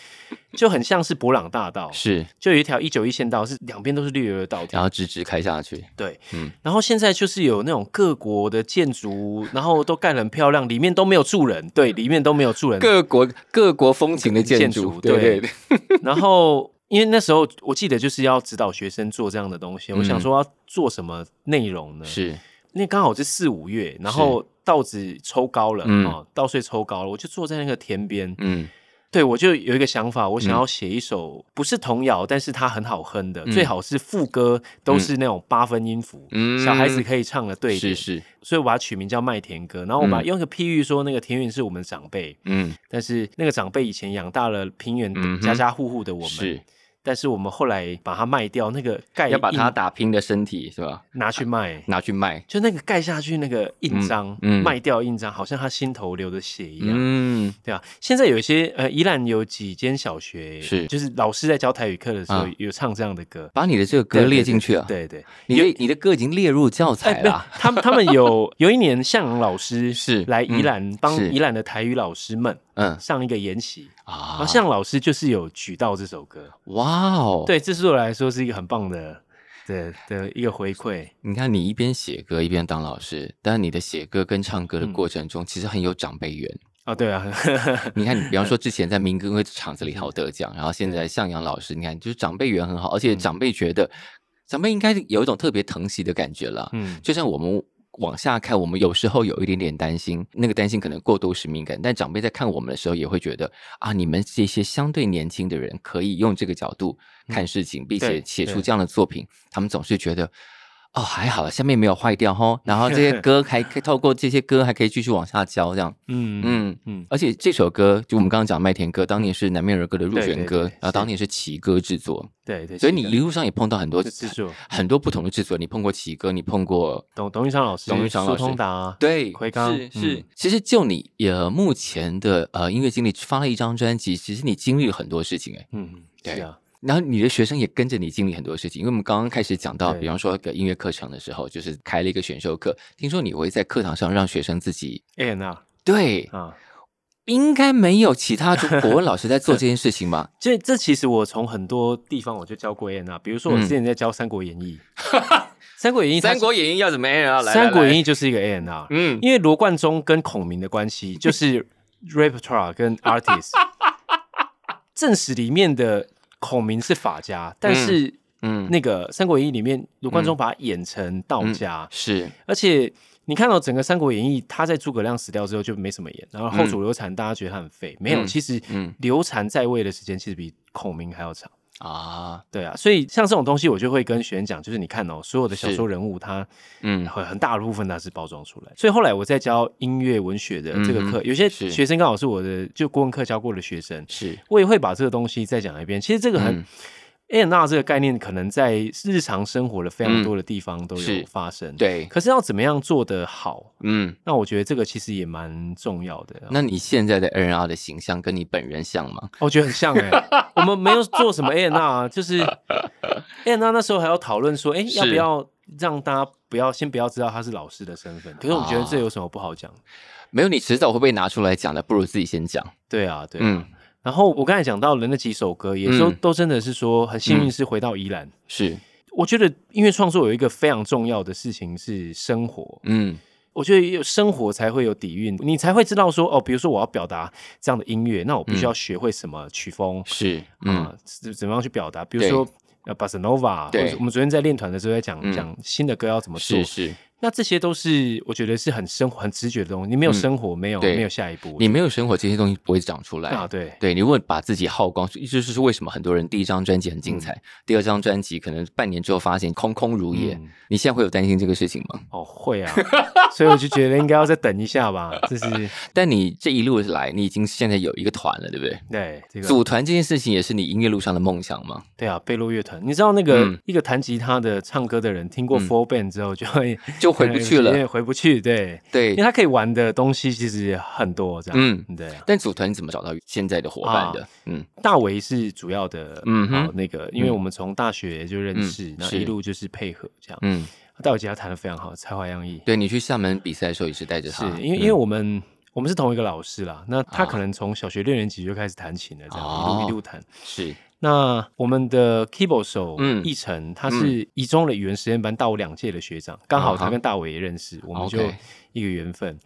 B: 就很像是博朗大道，
C: 嗯是，
B: 就有一条一九一线道，是两边都是绿油油的稻田
C: 然。后直直开下去，
B: 对，
C: 嗯
B: 然后现在就是有那种各国的建筑，然后都盖得很漂亮，里面都没有住人，对，里面都没有住人。
C: 各国嗯各国风情的建
B: 建
C: 筑
B: 筑，
C: 对
B: 对
C: 对对，
B: 然后因为那时候我记得就是要指导学生做这样的东西，我想说要做什么内容呢？
C: 嗯是
B: 那刚好是四五月，然后稻子抽高了，
C: 嗯
B: 哦，稻穗抽高了，我就坐在那个田边，
C: 嗯
B: 对我就有一个想法，我想要写一首不是童谣，但是它很好哼的，最好是副歌都是那种八分音符，
C: 嗯
B: 小孩子可以唱的对
C: 是
B: 点，
C: 是，
B: 所以我把它取名叫麦田歌，然后我把
C: 嗯
B: 用一个譬喻说，那个田园是我们长辈，
C: 嗯
B: 但是那个长辈以前养大了平原
C: 嗯哼
B: 家家户户的我们
C: 是。
B: 但是我们后来把它卖掉，那个盖
C: 要把它
B: 印
C: 打拼的身体是吧？
B: 拿去卖，
C: 拿去卖，
B: 就那个盖下去那个印章，
C: 嗯嗯
B: 卖掉印章，好像他心头流的血一样。
C: 嗯
B: 对啊，现在有一些呃，宜兰有几间小学
C: 是
B: 就是老师在教台语课的时候、
C: 啊
B: 有唱这样的歌，
C: 把你的这个歌列进去啊！
B: 对对，
C: 你的你的歌已经列入教材
B: 没有
C: 了，
B: 他们他们 有有一年向阳老师
C: 是嗯
B: 来宜兰、帮
C: 是
B: 宜兰的台语老师们
C: 嗯
B: 上一个研习，然
C: 啊
B: 后，向阳老师就是有举到这首歌，
C: 哇哦，，
B: 对，这是对我来说是一个很棒的的的一个回馈，
C: 你看你一边写歌一边当老师，但你的写歌跟唱歌的
B: 嗯
C: 过程中其实很有长辈缘。
B: 哦，对啊，
C: 你看，你比方说之前在民歌场子里头得奖，然后现在向阳老师，你看就是长辈缘很好，而且
B: 嗯
C: 长辈觉得长辈应该有一种特别疼惜的感觉了。
B: 嗯，
C: 就像我们往下看，我们有时候有一点点担心，那个担心可能过度使命感，但长辈在看我们的时候也会觉得啊，你们这些相对年轻的人可以用这个角度看事情，并且
B: 对
C: 写出
B: 对
C: 这样的作品，他们总是觉得。哦，还好下面没有坏 掉哈，然后这些歌还可以透过这些歌还可以继续往下教，这样，
B: 嗯嗯
C: 嗯
B: 嗯
C: 嗯，而且这首歌就我们刚刚讲麦田歌，当年是南面儿歌的入
B: 对对
C: 选歌，
B: 对
C: 然后当年是奇歌制作，
B: 对对，
C: 所以你
B: 是
C: 一路上也碰到很多
B: 的制作。
C: 很多不同的制作，你碰过奇哥，你碰过
B: 董董玉昌老师、
C: 董玉昌老师
B: 苏通达，
C: 对
B: 奎刚
C: 是是。
B: 嗯
C: 其实就你呃目前的呃音乐经历，发了一张专辑，其实你经历了很多事情哎、
B: 嗯，
C: 对
B: 是啊，
C: 然后你的学生也跟着你经历很多事情，因为我们刚刚开始讲到，
B: 对
C: 比方说个音乐课程的时候，就是开了一个选修课，听说你会在课堂上让学生自己
B: 哎那
C: 对，
B: 啊，
C: 应该没有其他就 国文老师在做这件事情吧？
B: 这这其实我从很多地方我就教过 A N 啊，比如说我
C: 嗯
B: 之前在教《三国演 义》三国演义》它是，
C: 三国演义》要怎么样啊？来，
B: 三国演
C: 义
B: 义》就是一个 A N R，
C: 嗯
B: 因为罗贯中跟孔明的关系就是 repertoire 跟 artist，正史里面的孔明是法家，但是
C: 嗯，
B: 那个《三国演义》里面罗贯中把它演成道家，
C: 是
B: 而且你看到整个《三国演义》，他在诸葛亮死掉之后就没什么演，然后后主刘禅大家觉得他很废，没有，
C: 嗯
B: 其实
C: 嗯
B: 刘禅在位的时间其实比孔明还要长。
C: 啊，
B: 对啊，所以像这种东西，我就会跟学员讲，就是你看哦，所有的小说人物，他
C: 嗯
B: 很很大的部分它是包装出来。所以后来我在教音乐文学的这个课，
C: 嗯哼
B: 有些
C: 是
B: 学生刚好是我的就国文课教过的学生，
C: 是
B: 我也会把这个东西再讲一遍。其实这个很
C: 嗯
B: A N R 这个概念，可能在日常生活的非常多的地方都有
C: 嗯是
B: 发生。
C: 对，
B: 可是要怎么样做得好？
C: 嗯。
B: 那我觉得这个其实也蛮重要的。哦
C: 那你现在的 N R 的形象跟你本人像吗？
B: 我觉得很像 哎、我们没有做什么 A N R，就是啊 A N R 那时候还要讨论说，哎、
C: 是
B: 要不要让大家不要先不要知道他是老师的身份？可是我觉得这有什么不好
C: 哦
B: 讲？
C: 没有，你迟早会被拿出来讲的，不如自己先讲。
B: 对啊，对啊。
C: 嗯，
B: 然后我刚才讲到了那几首歌，也都
C: 嗯
B: 都真的是说很幸运
C: 嗯
B: 是回到宜兰，
C: 是
B: 我觉得音乐创作有一个非常重要的事情是生活，
C: 嗯，
B: 我觉得有生活才会有底蕴，你才会知道说哦，比如说我要表达这样的音乐，那我必须要学会什么曲风，
C: 嗯是，嗯
B: 啊，怎怎么样去表达？比如说呃 b a s s nova，
C: 对嗯
B: 或者我们昨天在练团的时候在讲讲新的歌要怎么做
C: 是，是，
B: 那这些都是我觉得是很生活、很直觉的东西。你没有生活，没有
C: 嗯对
B: 没有下一步。
C: 你没有生活，这些东西不会长出来
B: 啊，对，
C: 对，你如果把自己耗光，这就是为什么很多人第一张专辑很精彩，第二张专辑可能半年之后发现空空如也。
B: 嗯
C: 你现在会有担心这个事情吗？
B: 哦，会 啊，所以我就觉得应该要再等一下吧。这是
C: 但你这一路来，你已经现在有一个团了，对不对？
B: 对这个
C: 组团这件事情也是你音乐路上的梦想吗？
B: 对啊，贝洛乐团，你知道那个、
C: 嗯
B: 一个弹吉他的、唱歌的人，听过 Four Band 之后就会
C: 就回不去了
B: 有点回不去。对，
C: 对
B: 因为，他可以玩的东西其实很多，这样。
C: 嗯
B: 嗯，对啊。
C: 但组团你怎么找到现在的伙伴
B: 啊
C: 的？嗯
B: 大为是主要的，
C: 嗯
B: 嗯，
C: 哼
B: 好那个，因为我们从大学就认识
C: 嗯，
B: 那、
C: 是
B: 一路就是配合这样。
C: 嗯，
B: 大为吉他弹的非常好，才华洋溢。
C: 对你去厦门比赛的时候也是带着
B: 是
C: 他，
B: 因为因为我们我们是同一个老师啦，那他
C: 嗯啊
B: 可能从小学六年级就开始弹琴了，这样、
C: 哦
B: 一路一路弹。
C: 是
B: 那我们的 keyboard 手
C: 嗯啊
B: 易成，他是一中的语言实验班大我两届的学长，刚好他跟大伟也认识，我们就
C: OK
B: 一个缘分。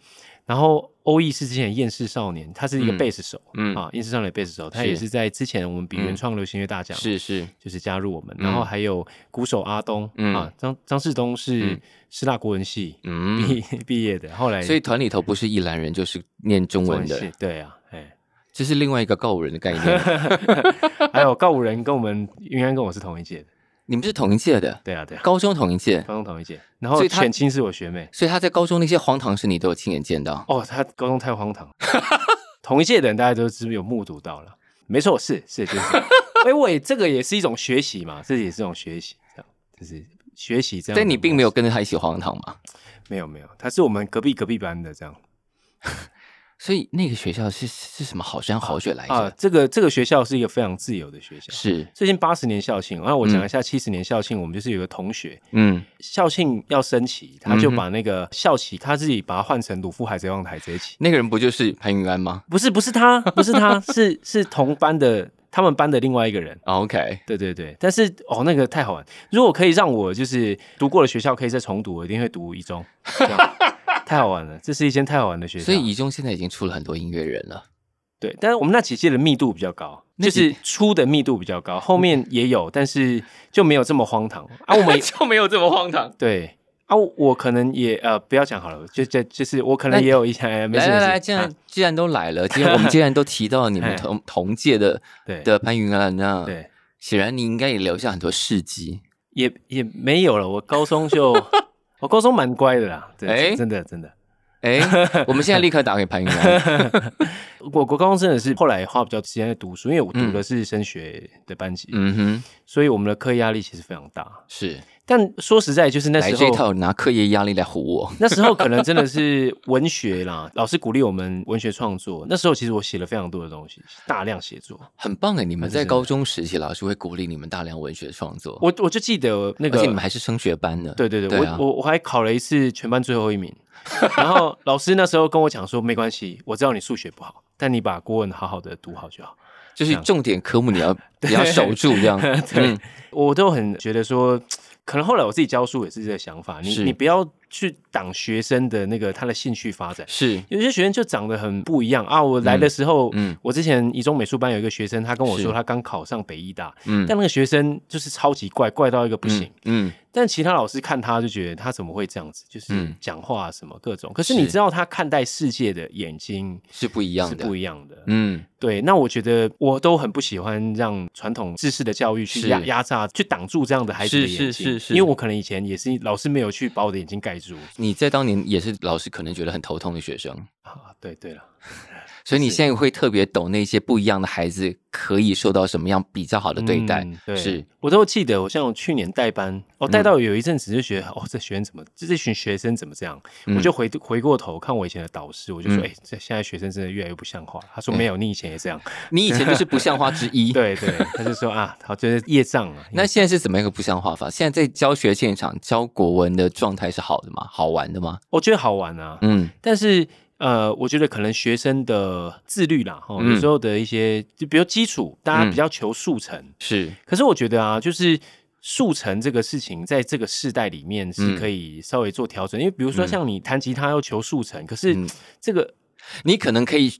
B: 然后欧毅是之前的厌世少年，他是一个
C: 嗯
B: 贝斯手，
C: 嗯
B: 啊，厌世少年贝斯手，他
C: 是嗯
B: 也是在之前我们比原创流行乐大奖、
C: 是是
B: 就是加入我们，
C: 嗯
B: 然后还有鼓手阿东、
C: 嗯
B: 啊，张张世东是
C: 嗯
B: 师大国文系
C: 嗯，
B: 毕、 毕业的，后来
C: 所以团里头不是一兰人就是念哎中文的，
B: 系对啊，哎，
C: 这是另外一个告五人的概 念。
B: 还有告五人跟我们应该跟我是同一届的，
C: 你们是同一届的，
B: 对啊对啊，
C: 高中同一届，
B: 高中同一届，然后
C: 所以他
B: 犬青是我学妹，
C: 所以他在高中那些荒唐事你都有亲眼见到。
B: 哦，她高中太荒唐，同一届的人大家都知有目睹到了，没错，是是就是这样，哎、我也这个也是一种学习嘛，这也是一种学习，这样就是学习这样，
C: 但你并没有跟着他一起荒唐嘛，
B: 没有没有，她是我们隔壁隔壁班的这样
C: 所以那个学校是是什么好山好水来着？
B: 啊，这个这个学校是一个非常自由的学校。
C: 哎是，
B: 最近八十年校庆，那我讲一下七十年校庆，我们就是有个同学，
C: 嗯，
B: 校庆要升旗，他就
C: 嗯哼
B: 把那个校旗，他自己把它换成鲁夫海贼王的海贼旗。
C: 那个人不就是潘云安吗
B: 不是不是他，不是他， 是是同班的，他们班的另外一个人。
C: 啊？OK，
B: 对对对，但是哦，那个太好玩。如果可以让我就是读过的学校可以再重读，我一定会读一中。这 样太好玩了，这是一间太好玩的学校。
C: 所以一中现在已经出了很多音乐人了。
B: 对，但是我们那几届的密度比较高，
C: 那
B: 就
C: 几
B: 是出的密度比较 高，后面也有，但是就没有这么荒唐啊。我 们
C: 就没有这么荒唐。
B: 对啊，我我可能也呃，不要讲好了，就就就是我可能
C: 那
B: 也有一些，哎没
C: 来
B: 事没
C: 来
B: 事
C: 来，既然啊既然都来了，既然我们既然都提到你 们
B: 哎
C: 同同届的
B: 对
C: 的潘云安，那
B: 对，
C: 显然你应该也留下很多事迹。
B: 也也没有了。我高中就 我高中蛮乖的啦，对，
C: 哎
B: 真的真的。
C: 哎，我们现在立刻打给啊潘云 安。
B: 我国高中真的是后来花比较时间在读书，因为我读的是升学的班级，
C: 嗯哼，
B: 所以我们的课业压力其实非常大。
C: 是
B: 但说实在，就是那
C: 来
B: 时
C: 这一
B: 候。
C: 套拿课业压力来唬我。
B: 那时候可能真的是文学啦，老师鼓励我们文学创作。那时候其实我写了非常多的东西，大量写作。
C: 很棒哎！你们
B: 是
C: 在
B: 的
C: 高中时期，老师会鼓励你们大量文学创作，
B: 我我就记得那
C: 而
B: 个
C: 且你们还是升学班呢。
B: 对对对，
C: 对啊
B: 我我我还考了一次全班最后一名，然后老师那时候跟我讲说，没关系，我知道你数学不好，但你把国文好好的读好就好。
C: 就是重点科目 你要你要守住这样。
B: 对，
C: 嗯
B: 我都很觉得说，可能后来我自己教书也是这个想法，你
C: 是
B: 你不要去挡学生的那个他的兴趣发展。
C: 是
B: 有些学生就长得很不一样啊！我来的时候，
C: 嗯嗯
B: 我之前一中美术班有一个学生，他跟我
C: 是
B: 说他刚考上北医大，
C: 嗯
B: 但那个学生就是超级怪，怪到一个不行。
C: 嗯，
B: 但其他老师看他就觉得他怎么会这样子，就是
C: 嗯
B: 讲话什么各种。可是
C: 是
B: 你知道他看待世界的眼睛
C: 是不一
B: 是
C: 样的
B: 不。一样的。
C: 嗯，
B: 对，那我觉得我都很不喜欢让传统知识的教育去
C: 是
B: 压压榨、去挡住这样的孩子的
C: 是
B: 眼睛，
C: 是是是
B: 因为我可能以前也是老师没有去把我的眼睛盖住
C: 你在当年也是老师可能觉得很头痛的学生，
B: 啊。对对了，
C: 所以你现在会特别懂那些不一样的孩子可以受到什么样比较好的对待
B: 嗯。对，
C: 是嗯
B: 我都记得，我像我去年带班，哦，带到有一阵子就觉得，哦，这学生怎么，这这群学生怎么这样？
C: 嗯
B: 我就回回过头看我以前的导师，我就说，
C: 嗯
B: 哎、这现在学生真的越来越不像话了。他说没有，你以前也 这样。
C: 你以前就是不像话之 一。。
B: 对对，他就说啊，好，就是业障啊。
C: 那现在是怎么一个不像话法？现在在教学现场教国文的状态是好的吗？好玩的吗？
B: 我觉得好玩啊，
C: 嗯，
B: 但是呃，我觉得可能学生的自律啦，哈、
C: 嗯
B: 有时候的一些，就比如基础，大家
C: 嗯
B: 比较求速成。
C: 是
B: 可是我觉得啊，就是速成这个事情，在这个世代里面
C: 嗯
B: 是可以稍微做调整，因为比如说像你弹吉他要求速成，可是
C: 嗯
B: 这个
C: 你可能可以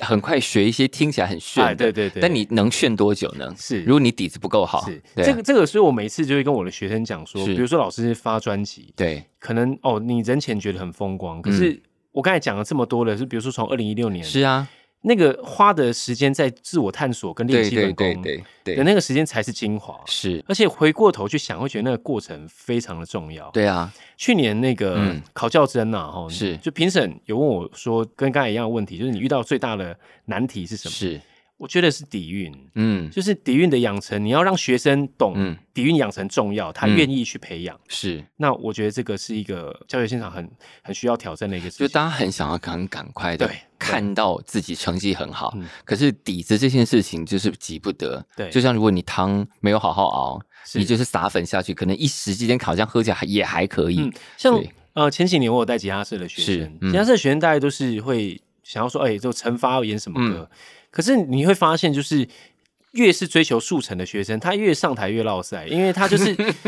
C: 很快学一些听起来很炫的，
B: 哎对对对
C: 但你能炫多久呢？
B: 是
C: 如果你底子不够好，
B: 是
C: 对啊
B: 这个这个，所以我每次就会跟我的学生讲说，
C: 是
B: 比如说老师发专辑，
C: 对
B: 可能哦你人前觉得很风光，可是我刚才讲了这么多的是，比如说从二零一六年
C: 嗯是啊，
B: 那个花的时间在自我探索跟练
C: 对
B: 基
C: 对
B: 本
C: 对
B: 功
C: 对
B: 的
C: 对，
B: 那个时间才是精华。
C: 是，
B: 而且回过头去想，会觉得那个过程非常的重要。，
C: 对啊，
B: 去年那个
C: 嗯
B: 考教真呐，哈，
C: 是
B: 就评审有问我说，跟刚才一样的问题，就是你遇到最大的难题是什么？
C: 是，
B: 我觉得是底蕴，
C: 嗯，
B: 就是底蕴的养成，你要让学生懂
C: 嗯
B: 底蕴养成重要，他
C: 嗯
B: 愿意去培养。
C: 是，
B: 那我觉得这个是一个教学现场很很需要挑战的一个
C: 就
B: 事情。
C: 大家很想要赶赶快的
B: 对
C: 看到自己成绩很好
B: 嗯，
C: 可是底子这件事情就是急不得。
B: 对
C: 就像如果你汤没有好好熬，
B: 是
C: 你就是撒粉下去，可能一时之间烤箱喝起来还也还可以
B: 嗯。像
C: 对
B: 呃前几年我有带吉他社的学生
C: 是，嗯
B: 吉他社的学生大概都是会想要说，哎、就惩罚要演什么
C: 嗯
B: 歌。可是你会发现，就是越是追求速成的学生，他越上台越落塞，因为他就是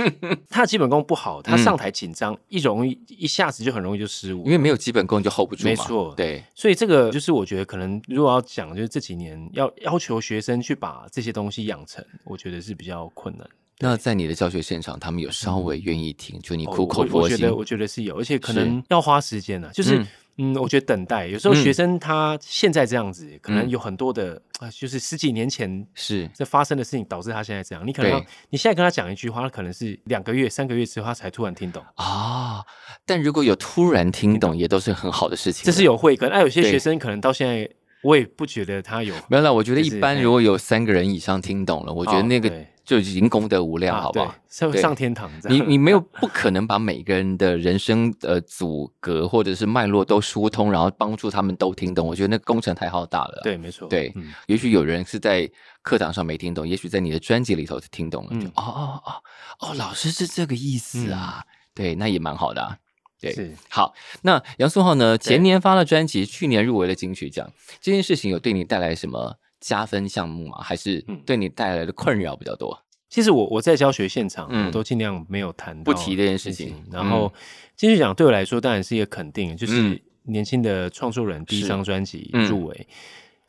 B: 他的基本功不好，他上台紧张，一容易一下子就很容易就失误
C: 嗯因。为没有基本功你就 hold 不住嘛。
B: 没错
C: 对，
B: 所以这个就是我觉得可能如果要讲，就是这几年要要求学生去把这些东西养成，我觉得是比较困难。
C: 那在你的教学现场，他们有稍微愿意听，就你
B: 哦
C: 苦口
B: 我
C: 婆
B: 我觉
C: 心
B: 得，，我觉得是有，而且可能要花时间呢、就是
C: 嗯
B: 嗯，我觉得等待，有时候
C: 嗯
B: 学生他现在这样子，可能
C: 嗯
B: 有很多的啊、就是十几年前
C: 是
B: 这发生的事情导致他现在这样。你可能要
C: 对
B: 你现在跟他讲一句话，他可能是两个月、三个月之后他才突然听懂，
C: 啊。但如果有突然听懂，也都是很好的事情。
B: 这是。有慧根。哎、有些
C: 对
B: 学生可能到现在我也不觉得他有
C: 没有啦，我觉得
B: 就
C: 一
B: 是
C: 般
B: 嘿
C: 如果有三个人以上听懂了，我觉得
B: 哦
C: 那个
B: 对
C: 就已经功德无量，
B: 啊
C: 好不好
B: 对？上
C: 对
B: 上天堂 这
C: 你
B: 样。
C: 你没有不可能把每个人的人生呃阻隔或者是脉络都疏通，然后帮助他们都听懂。我觉得那个工程太浩大了。
B: 对，没错，
C: 对
B: 嗯，
C: 也许有人是在课堂上没听懂，也许在你的专辑里头就听懂了。
B: 嗯嗯
C: 就哦哦哦哦，老师是这个意思啊。对，那也蛮好的、啊。对，
B: 是
C: 好。那杨素浩呢？
B: 对
C: 前年发了专辑，去年入围了金曲奖，这件事情有对你带来什么加分项目吗？还是
B: 嗯
C: 对你带来的困扰比较多？
B: 其实我我在教学现场，
C: 嗯
B: 我都尽量没有谈到
C: 不提这件事情
B: 哦然后金曲奖对我来说当然是一个肯定，就是
C: 嗯
B: 年轻的创作人第一
C: 是
B: 张专辑
C: 嗯
B: 入围。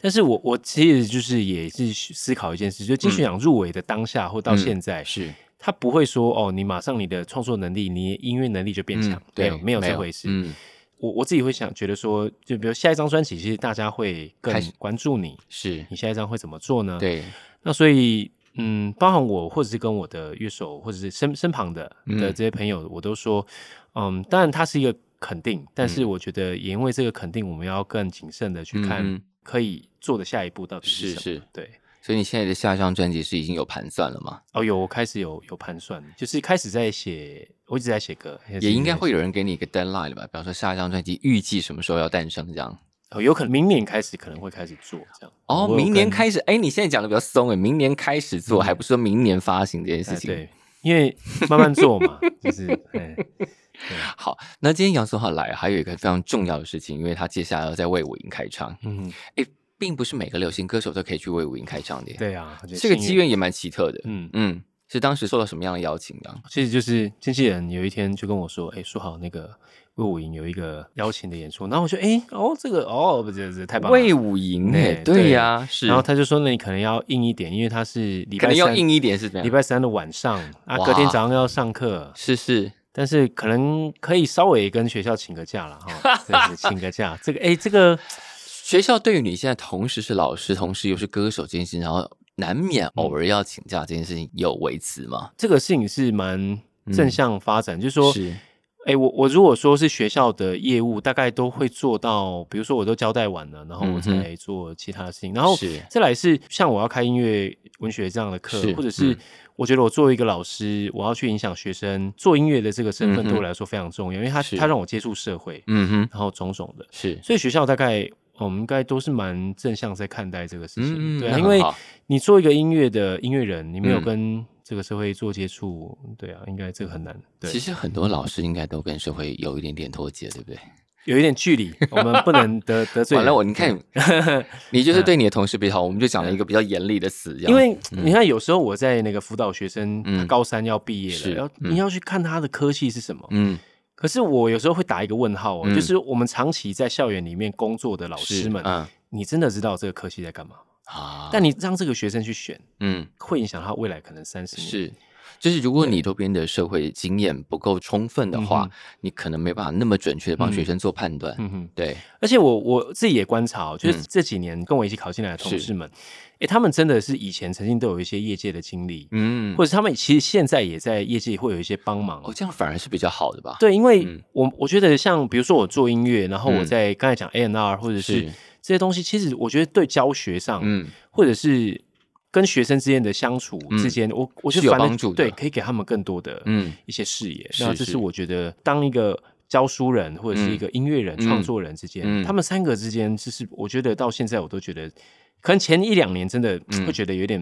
B: 但是我我其实就是也是思考一件事，就金曲奖入围的当下或到
C: 嗯
B: 现在，
C: 是
B: 他不会说哦，你马上你的创作能力、你音乐能力就变强
C: 嗯，
B: 没
C: 对
B: 有没有这回事。
C: 嗯，
B: 我我自己会想觉得说，就比如下一张专辑，其实大家会更
C: 开始
B: 关注你，
C: 是
B: 你下一张会怎么做呢？
C: 对，
B: 那所以，嗯，包含我，或者是跟我的乐手，或者是身身旁的
C: 嗯
B: 的这些朋友，我都说，嗯，当然它是一个肯定，但是我觉得也因为这个肯定，我们要更谨慎的去
C: 嗯
B: 看
C: 哼
B: 可以做的下一步到底是什么。
C: 是是。
B: 对，
C: 所以你现在的下一张专辑是已经有盘算了吗？
B: 哦，有我开始有有盘算，就是开始在写，我一直在写歌，
C: 也应该会
B: 有、
C: 有人给你一个 deadline 吧，比方说下一张专辑预计什么时候要诞生这样。
B: 哦，有可能明年开始可能会开始做这样。
C: 哦，
B: 我有
C: 明年
B: 跟嗯
C: 开始，哎，你现在讲的比较松哎，明年开始做，还不是说明年发行这件
B: 哎
C: 事情。
B: 对，因为慢慢做嘛，就是 哎
C: 好，那今天杨松浩来，还有一个非常重要的事情，因为他接下来要在魏武营开唱。
B: 嗯，
C: 哎，并不是每个流行歌手都可以去魏武营开唱的耶，
B: 对啊，我觉得
C: 这个
B: 幸
C: 机
B: 运，
C: 缘也蛮奇特的。
B: 嗯。
C: 嗯，是当时受到什么样的邀请的？
B: 其实就是经纪人有一天就跟我说：“哎、说好那个魏武营有一个邀请的演出。”然后我说：“哎、哦，这个哦，不是，这太棒了。”
C: 魏武营哎，
B: 对对
C: 对呀、是，
B: 然后他就说：“那你可能要硬一点，因为他是礼
C: 可
B: 拜
C: 能要
B: 三，
C: 硬一点是怎
B: 礼
C: 样？
B: 拜三的晚上啊，
C: 哇
B: 隔天早上要上课，
C: 是是，
B: 但是可能可以稍微跟学校请个假了哈， 真的是请个假。这个哎、这个
C: 学校对于你现在同时是老师，同时又是歌手这件事情，然后难
B: 嗯
C: 免偶尔要请假这件事情有维持吗？
B: 这个事情是蛮正向发展，就是说。”
C: 嗯是
B: 哎、我我如果说是学校的业务，大概都会做到，比如说我都交代完了，然后我
C: 嗯哼
B: 才做其他的事情。然后
C: 是
B: 再来是像我要开音乐文学这样的课
C: 是，
B: 或者是
C: 嗯
B: 我觉得我作为一个老师，我要去影响学生，做音乐的这个身份
C: 嗯哼
B: 对我来说非常重要，因为它
C: 是
B: 它让我接触社会，
C: 嗯哼，
B: 然后种种的，
C: 是，
B: 所以学校大概。我们应该都是蛮正向在看待这个事情，
C: 嗯
B: 对、啊，
C: 那
B: 因
C: 很
B: 为
C: 好
B: 你做一个音乐的音乐人，你没有
C: 嗯
B: 跟这个社会做接触，对啊，应该这个很难。对
C: 其实很多老师应该都跟社会有一点点脱节，对不对？
B: 有一点距 离，我们不能得得罪
C: 完
B: 人。
C: 了我，你看，你就是对你的同事比较好，我们就讲了一个比较严厉的词，这样
B: 嗯因为你看，有时候我在那个辅导学生，
C: 嗯
B: 他高三要毕业
C: 是
B: 了，要
C: 嗯
B: 你要去看他的科系是什么。
C: 嗯
B: 可是我有时候会打一个问号哦，
C: 嗯
B: 就是我们长期在校园里面工作的老
C: 是
B: 师们，
C: 嗯
B: 你真的知道这个科系在干嘛吗？
C: 啊，
B: 但你让这个学生去选，
C: 嗯
B: 会影响他未来可能三十年。
C: 是。就是如果你周边的社会经验不够充分的话，
B: 嗯
C: 你可能没办法那么准确的帮学
B: 嗯
C: 生做判断。
B: 嗯哼，
C: 对，
B: 而且我我自己也观察哦，就是
C: 嗯
B: 这几年跟我一起考进来的同事们，诶，他们真的是以前曾经都有一些业界的经历，
C: 嗯，
B: 或者他们其实现在也在业界会有一些帮忙
C: 哦，。这样反而是比较好的吧？
B: 对，因为
C: 嗯
B: 我我觉得像比如说我做音乐，然后我
C: 嗯
B: 在刚才讲 A N R 或者是
C: 是
B: 这些东西，其实我觉得对教学上，
C: 嗯，
B: 或者是跟学生之间的相处
C: 嗯
B: 之间，我我就是
C: 有
B: 反而
C: 帮助的
B: 对，可以给他们更多的
C: 嗯
B: 一些视野。
C: 是
B: 那这
C: 是
B: 是我觉得当一个。教书人或者是一个音乐人、
C: 嗯
B: 创作人之间，
C: 嗯
B: 他们三个之间，就是我觉得到现在我都觉得，可能前一两年真的
C: 嗯
B: 会觉得有点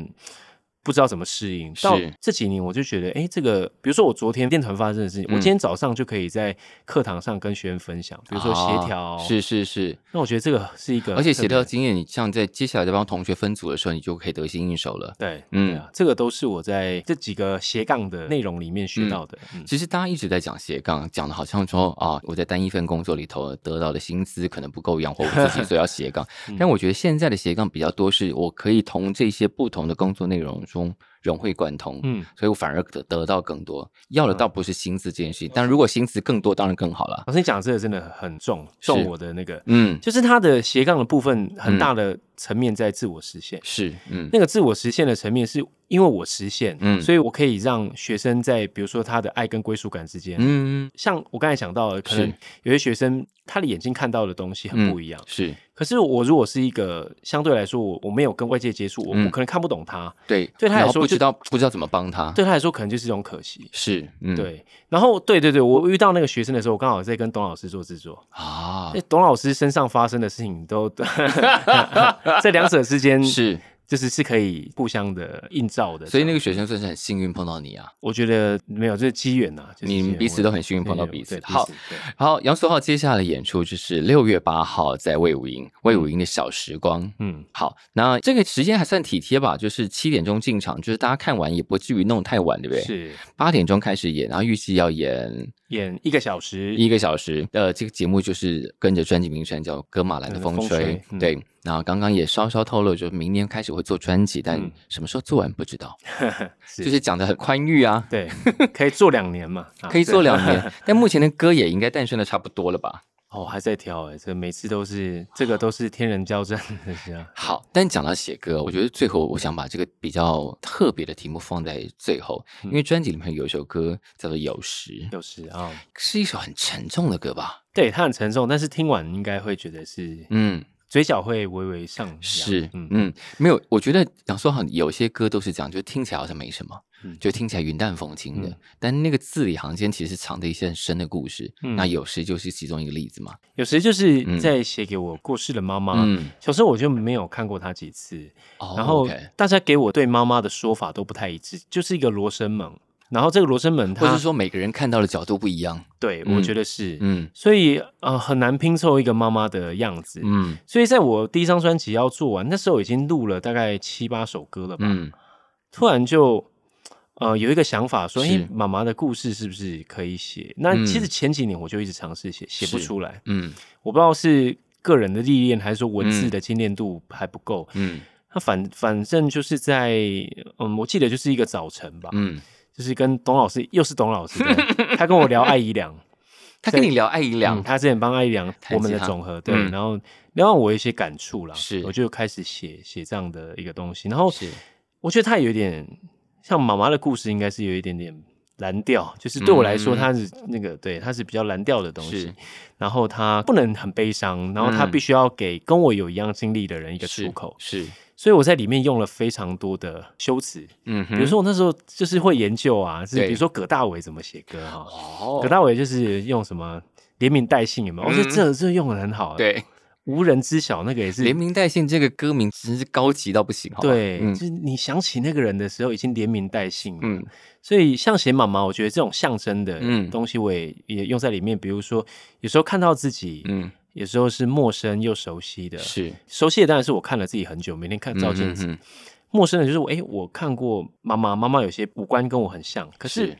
B: 不知道怎么适应，到
C: 是
B: 这几年我就觉得，哎，这个比如说我昨天练团发生的事情，
C: 嗯
B: 我今天早上就可以在课堂上跟学员分享，比如说
C: 啊
B: 协调，
C: 是是是，
B: 那我觉得这个是一个特别，
C: 而且协调经验，你像在接下来在帮同学分组的时候，你就可以得心应手了。
B: 对，
C: 嗯
B: 嗯、啊，这个都是我在这几个斜杠的内容里面学到的。嗯
C: 其实大家一直在讲斜杠，讲的好像说啊，我在单一份工作里头得到的薪资可能不够养活我自己，所以要 斜杠。
B: 嗯
C: 但我觉得现在的斜杠比较多，是我可以从这些不同的工作内容中融会贯通，
B: 嗯，
C: 所以我反而得得到更多。要的倒不是薪资这件事情，但如果薪资更多，当然更好了。
B: 老师你讲的这个真的很重，重我的那个，
C: 嗯，
B: 就是他的斜杠的部分很大的层面在自我实现。
C: 是，嗯
B: 那个自我实现的层面，是因为我实现，
C: 嗯
B: 所以我可以让学生在比如说他的爱跟归属感之间，
C: 嗯，
B: 像我刚才讲到的，可能
C: 是嗯
B: 有些学生他的眼睛看到的东西很不一样。
C: 是
B: 可是我如果是一个相对来说我我没有跟外界接触，我、
C: 嗯
B: 我可能看不懂他，
C: 对，
B: 对他来
C: 然后
B: 说
C: 不
B: 就
C: 知道不知道怎么帮他，
B: 对他来说可能就是一种可惜。
C: 是，嗯，
B: 对，然后对对对，我遇到那个学生的时候，我刚好在跟董老师做制作。
C: 啊
B: 哎，，董老师身上发生的事情都， 这两者之间
C: 是，
B: 就是是可以互相的映照的。
C: 所以那
B: 个
C: 个学生算是很幸运碰到你啊。
B: 我觉得没有，这是机缘呐，就是
C: 你
B: 机
C: 们
B: 缘
C: 彼此
B: 我
C: 都很幸运碰到
B: 对
C: 彼此
B: 对彼
C: 好
B: 对
C: 好，杨苏浩接下来的演出就是六月八号在魏武营，魏武营的小时光。
B: 嗯，
C: 好，那这个时间还算体贴吧，就是七点钟进场，就是大家看完也不至于弄太晚，对不对？
B: 是
C: 八点钟开始演，然后预计要演
B: 演一个小时，
C: 一个小时。呃，这个节目就是跟着专辑名称叫《格马兰的风吹》
B: 风吹嗯
C: 对。然后刚刚也稍稍透露，就是明年开始会做专辑，但
B: 嗯
C: 什么时候做完不知道，
B: 是
C: 就是讲的很宽裕啊，
B: 对，可以做两年嘛，啊
C: 可以做
B: 对
C: 两年。 但目前的歌也应该诞生的差不多了吧？
B: 哦，还在挑哎，这每次都是这个都是天人交战，是啊，
C: 好，但讲到写歌，我觉得最后我想把这个比较特别的题目放在最后，
B: 嗯
C: 因为专辑里面有一首歌叫做《有时》，
B: 有时啊。
C: 是一首很沉重的歌吧？
B: 对，它很沉重，但是听完应该会觉得是
C: 嗯，
B: 嘴角会微微上扬。
C: 是，嗯
B: 嗯，
C: 没有，我觉得杨说好，有些歌都是这样，就听起来好像没什么，
B: 嗯
C: 就听起来云淡风轻的，
B: 嗯
C: 但那个字里行间其实藏着一些很深的故事。
B: 嗯
C: 那有时就是其中一个例子嘛。
B: 有时就是在写给我过世的妈妈。
C: 嗯，
B: 小时候我就没有看过她几次，
C: 哦
B: 啊然后
C: OK
B: 大家给我对妈妈的说法都不太一致，就是一个罗生门。然后这个罗生门它，
C: 或是说每个人看到的角度不一样。
B: 对、
C: 嗯
B: 我觉得是，
C: 嗯
B: 所以呃很难拼凑一个妈妈的样子。
C: 嗯
B: 所以在我第一张专辑要做完，那时候已经录了大概七八首歌了吧，
C: 嗯，
B: 突然就呃有一个想法说，
C: 是
B: 哎，妈妈的故事是不是可以写？那
C: 嗯
B: 其实前几年我就一直尝试写，写不
C: 是
B: 出来，
C: 嗯
B: 我不知道是个人的历练还是说文字
C: 嗯
B: 的精炼度还不够。
C: 嗯
B: 那反反正就是在嗯，我记得就是一个早晨吧，
C: 嗯，
B: 就是跟董老师，又是董老师，对他跟我聊 艾怡良，
C: 他跟你聊爱姨
B: 嗯
C: 良，
B: 他之前帮艾怡良
C: 弹吉他
B: 我们的总和对，
C: 嗯
B: 然后聊让我有一些感触啦，
C: 是
B: 我就开始写写这样的一个东西，然后
C: 是
B: 我觉得他有一点像妈妈的故事，应该是有一点点蓝调，就是对我来说，
C: 嗯
B: 它是那个对，它是比较蓝调的东西
C: 是。
B: 然后它不能很悲伤，然后它
C: 嗯
B: 必须要给跟我有一样经历的人一个
C: 是
B: 出口。
C: 是，
B: 所以我在里面用了非常多的修辞，
C: 嗯哼，
B: 比如说我那时候就是会研究啊，是
C: 对
B: 比如说葛大为怎么写歌哈，
C: 哦
B: 葛，大为就是用什么连名带姓有没有？我觉得哦
C: 嗯
B: 这这用的很好，
C: 对，
B: 无人知晓，那个也是
C: 连名带姓这个歌名真是高级到不行，好吧
B: 对，
C: 嗯
B: 就是你想起那个人的时候，已经连名带姓。嗯，
C: 嗯
B: 所以像写妈妈，我觉得这种象征的
C: 嗯
B: 东西，我也也用在里面。比如说，有时候看到自己，
C: 嗯，
B: 有时候是陌生又熟悉的。
C: 是
B: 熟悉的当然是我看了自己很久，每天看照镜子。
C: 嗯嗯嗯
B: 陌生的就是我，哎、我看过妈妈，妈妈有些五官跟我很像，可是
C: 是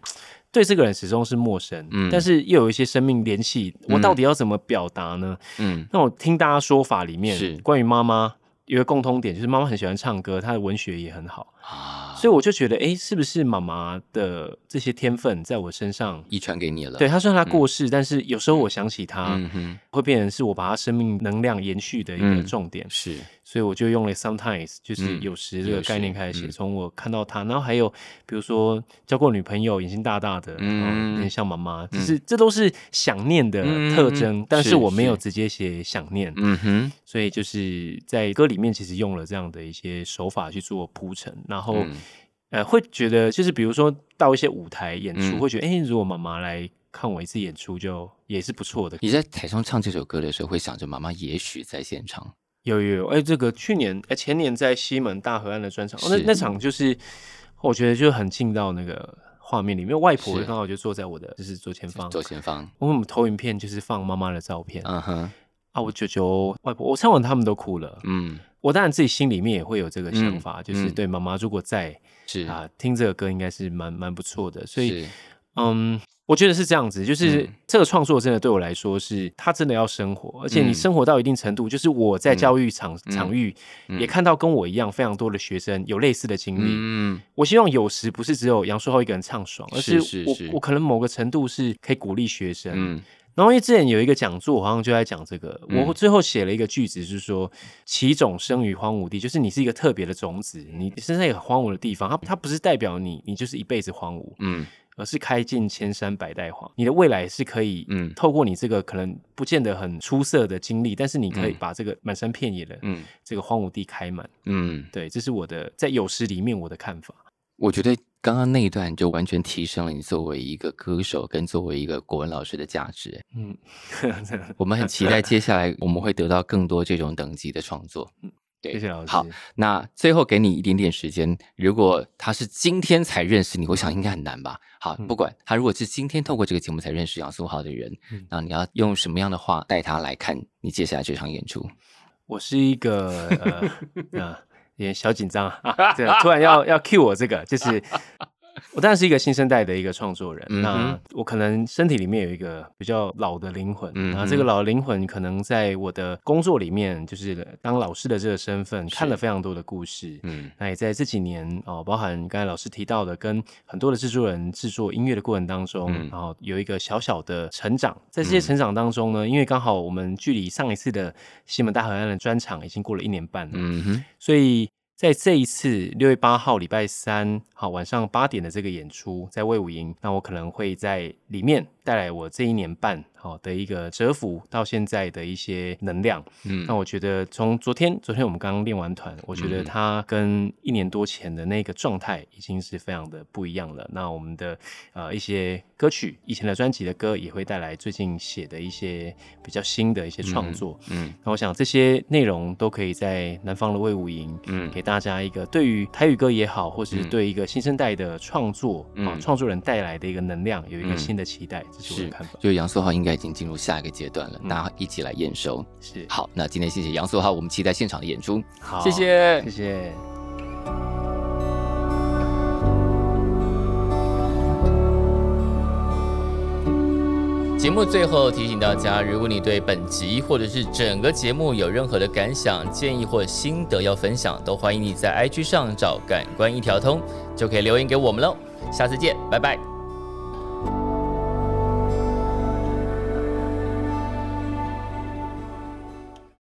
B: 对这个人始终是陌生。
C: 嗯
B: 但是又有一些生命联系，我
C: 嗯
B: 到底要怎么表达呢？
C: 嗯
B: 那我听大家说法里
C: 是
B: 面，关于妈妈有一个共通点，就是妈妈很喜欢唱歌，她的文学也很好，
C: 啊，
B: 所以我就觉得，哎，是不是妈妈的这些天分在我身上？
C: 遗传给你了，
B: 对，，她虽然她过世，但是有时候我想起她，
C: 啊嗯哼，
B: 会变成是我把她生命能量延续的一个
C: 嗯
B: 重点，
C: 是
B: 所以我就用了 sometimes，就是
C: 嗯
B: 有时这个
C: 有时
B: 概念开始写。
C: 嗯
B: 从我看到她，然后还有比如说交过女朋友，眼睛大大的，
C: 嗯
B: 嗯，有点像妈妈，就是这都是想念的
C: 嗯
B: 特征，但
C: 是
B: 是我没有
C: 是
B: 直接写想念，
C: 嗯哼，
B: 所以就是在歌里面其实用了这样的一些手法去做铺陈，然后、
C: 嗯
B: 呃会觉得就是比如说到一些舞台演出，
C: 嗯
B: 会觉得哎、诶如果妈妈来看我一次演出就也是不错的。
C: 你在台上唱这首歌的时候，会想着妈妈也许在现场，
B: 有有有，哎、这个去年哎、前年在西门大河岸的专场，哦、那
C: 是
B: 那场就是我觉得就很进到那个画面里面，外婆
C: 是
B: 刚好就坐在我的就是左前方。
C: 左前方，
B: 我们投影片就是放妈妈的照片、
C: 嗯哼，
B: 啊，我舅舅、外婆，我唱完他们都哭了。
C: 嗯，
B: 我当然自己心里面也会有这个想法，就是
C: 嗯
B: 对妈妈如果在
C: 是
B: 啊、，听这个歌应该是蛮蛮不错的，所以
C: 是，
B: 嗯，我觉得是这样子，就是
C: 嗯
B: 这个创作真的对我来说是，它真的要生活，而且
C: 嗯
B: 你生活到一定程度，就是我在教育场、场域、也看到跟我一样非常多的学生有类似的经历，
C: 嗯，
B: 我希望有时不是只有杨树浩一个人唱爽，而
C: 是
B: 是
C: 是
B: 我
C: 是
B: 我可能某个程度是可以鼓励学生，
C: 嗯，
B: 然后因为之前有一个讲座，我好像就在讲这个，
C: 嗯
B: 我最后写了一个句子，是说“其种生于荒芜地”，就是你是一个特别的种子，你身在一个荒芜的地方，它它不是代表你你就是一辈子荒芜，
C: 嗯，
B: 而是开尽千山百代华，你的未来是可以，
C: 嗯
B: 嗯，透过你这个可能不见得很出色的经历，但是你可以把这个满山遍野的，
C: 嗯
B: 嗯，这个荒芜地开满。
C: 嗯，
B: 对，这是我的在有时里面我的看法。
C: 我觉得刚刚那一段就完全提升了你作为一个歌手跟作为一个国文老师的价值。
B: 嗯，
C: 我们很期 待接下来我们会得到更多这种等级的创作。对
B: 谢谢老师。
C: 好那最后给你一点点时间，如果他是今天才认识你，我想应该很难吧。好，不管他如果是今天透过这个节目才认识杨苏浩的人，
B: 嗯
C: 那你要用什么样的话带他来看你接下来这场演出？
B: 我是一个 呃啊，有点小紧张啊啊，对，突然要要 cue 我这个，就是我当然是一个新生代的一个创作人，
C: 嗯哼
B: 那我可能身体里面有一个比较老的灵魂，
C: 嗯哼
B: 然后这个老的灵魂可能在我的工作里面，就是当老师的这个身份，看了非常多的故事。
C: 嗯
B: 那也在这几年哦，包含刚才老师提到的，跟很多的制作人制作音乐的过程当中，
C: 嗯
B: 然后有一个小小的成长。在这些成长当中呢，因为刚好我们距离上一次的西门大河岸的专场已经过了一年半了，
C: 嗯哼，
B: 所以在这一次六月八号礼拜三好晚上八点的这个演出，在魏武营，那我可能会在里面带来我这一年半好的一个蛰伏到现在的一些能量。
C: 嗯
B: 那我觉得从昨天，昨天我们刚刚练完团，我觉得
C: 嗯
B: 它跟一年多前的那个状态已经是非常的不一样了。那我们的呃一些歌曲，以前的专辑的歌，也会带来最近写的一些比较新的一些创作。
C: 嗯
B: 那我想这些内容都可以在南方的魏武营，
C: 嗯
B: 给大家一个对于台语歌也好，或是
C: 嗯
B: 对一个新生代的创作、
C: 嗯
B: 啊创作人带来的一个能量，有一个
C: 嗯
B: 新的期待，这是我
C: 是
B: 的看法。，
C: 就是杨苏浩应该已经进入下一个阶段了，
B: 嗯
C: 大家一起来验收。
B: 是，
C: 好，那今天谢谢杨苏浩，我们期待现场的演出，
B: 好，
C: 谢，谢
B: 谢谢。
C: 节目最后提醒大家，如果你对本集或者是整个节目有任何的感想、建议或心得要分享，都欢迎你在 IG 上找“感官一条通”，就可以留言给我们喽。下次见，拜拜。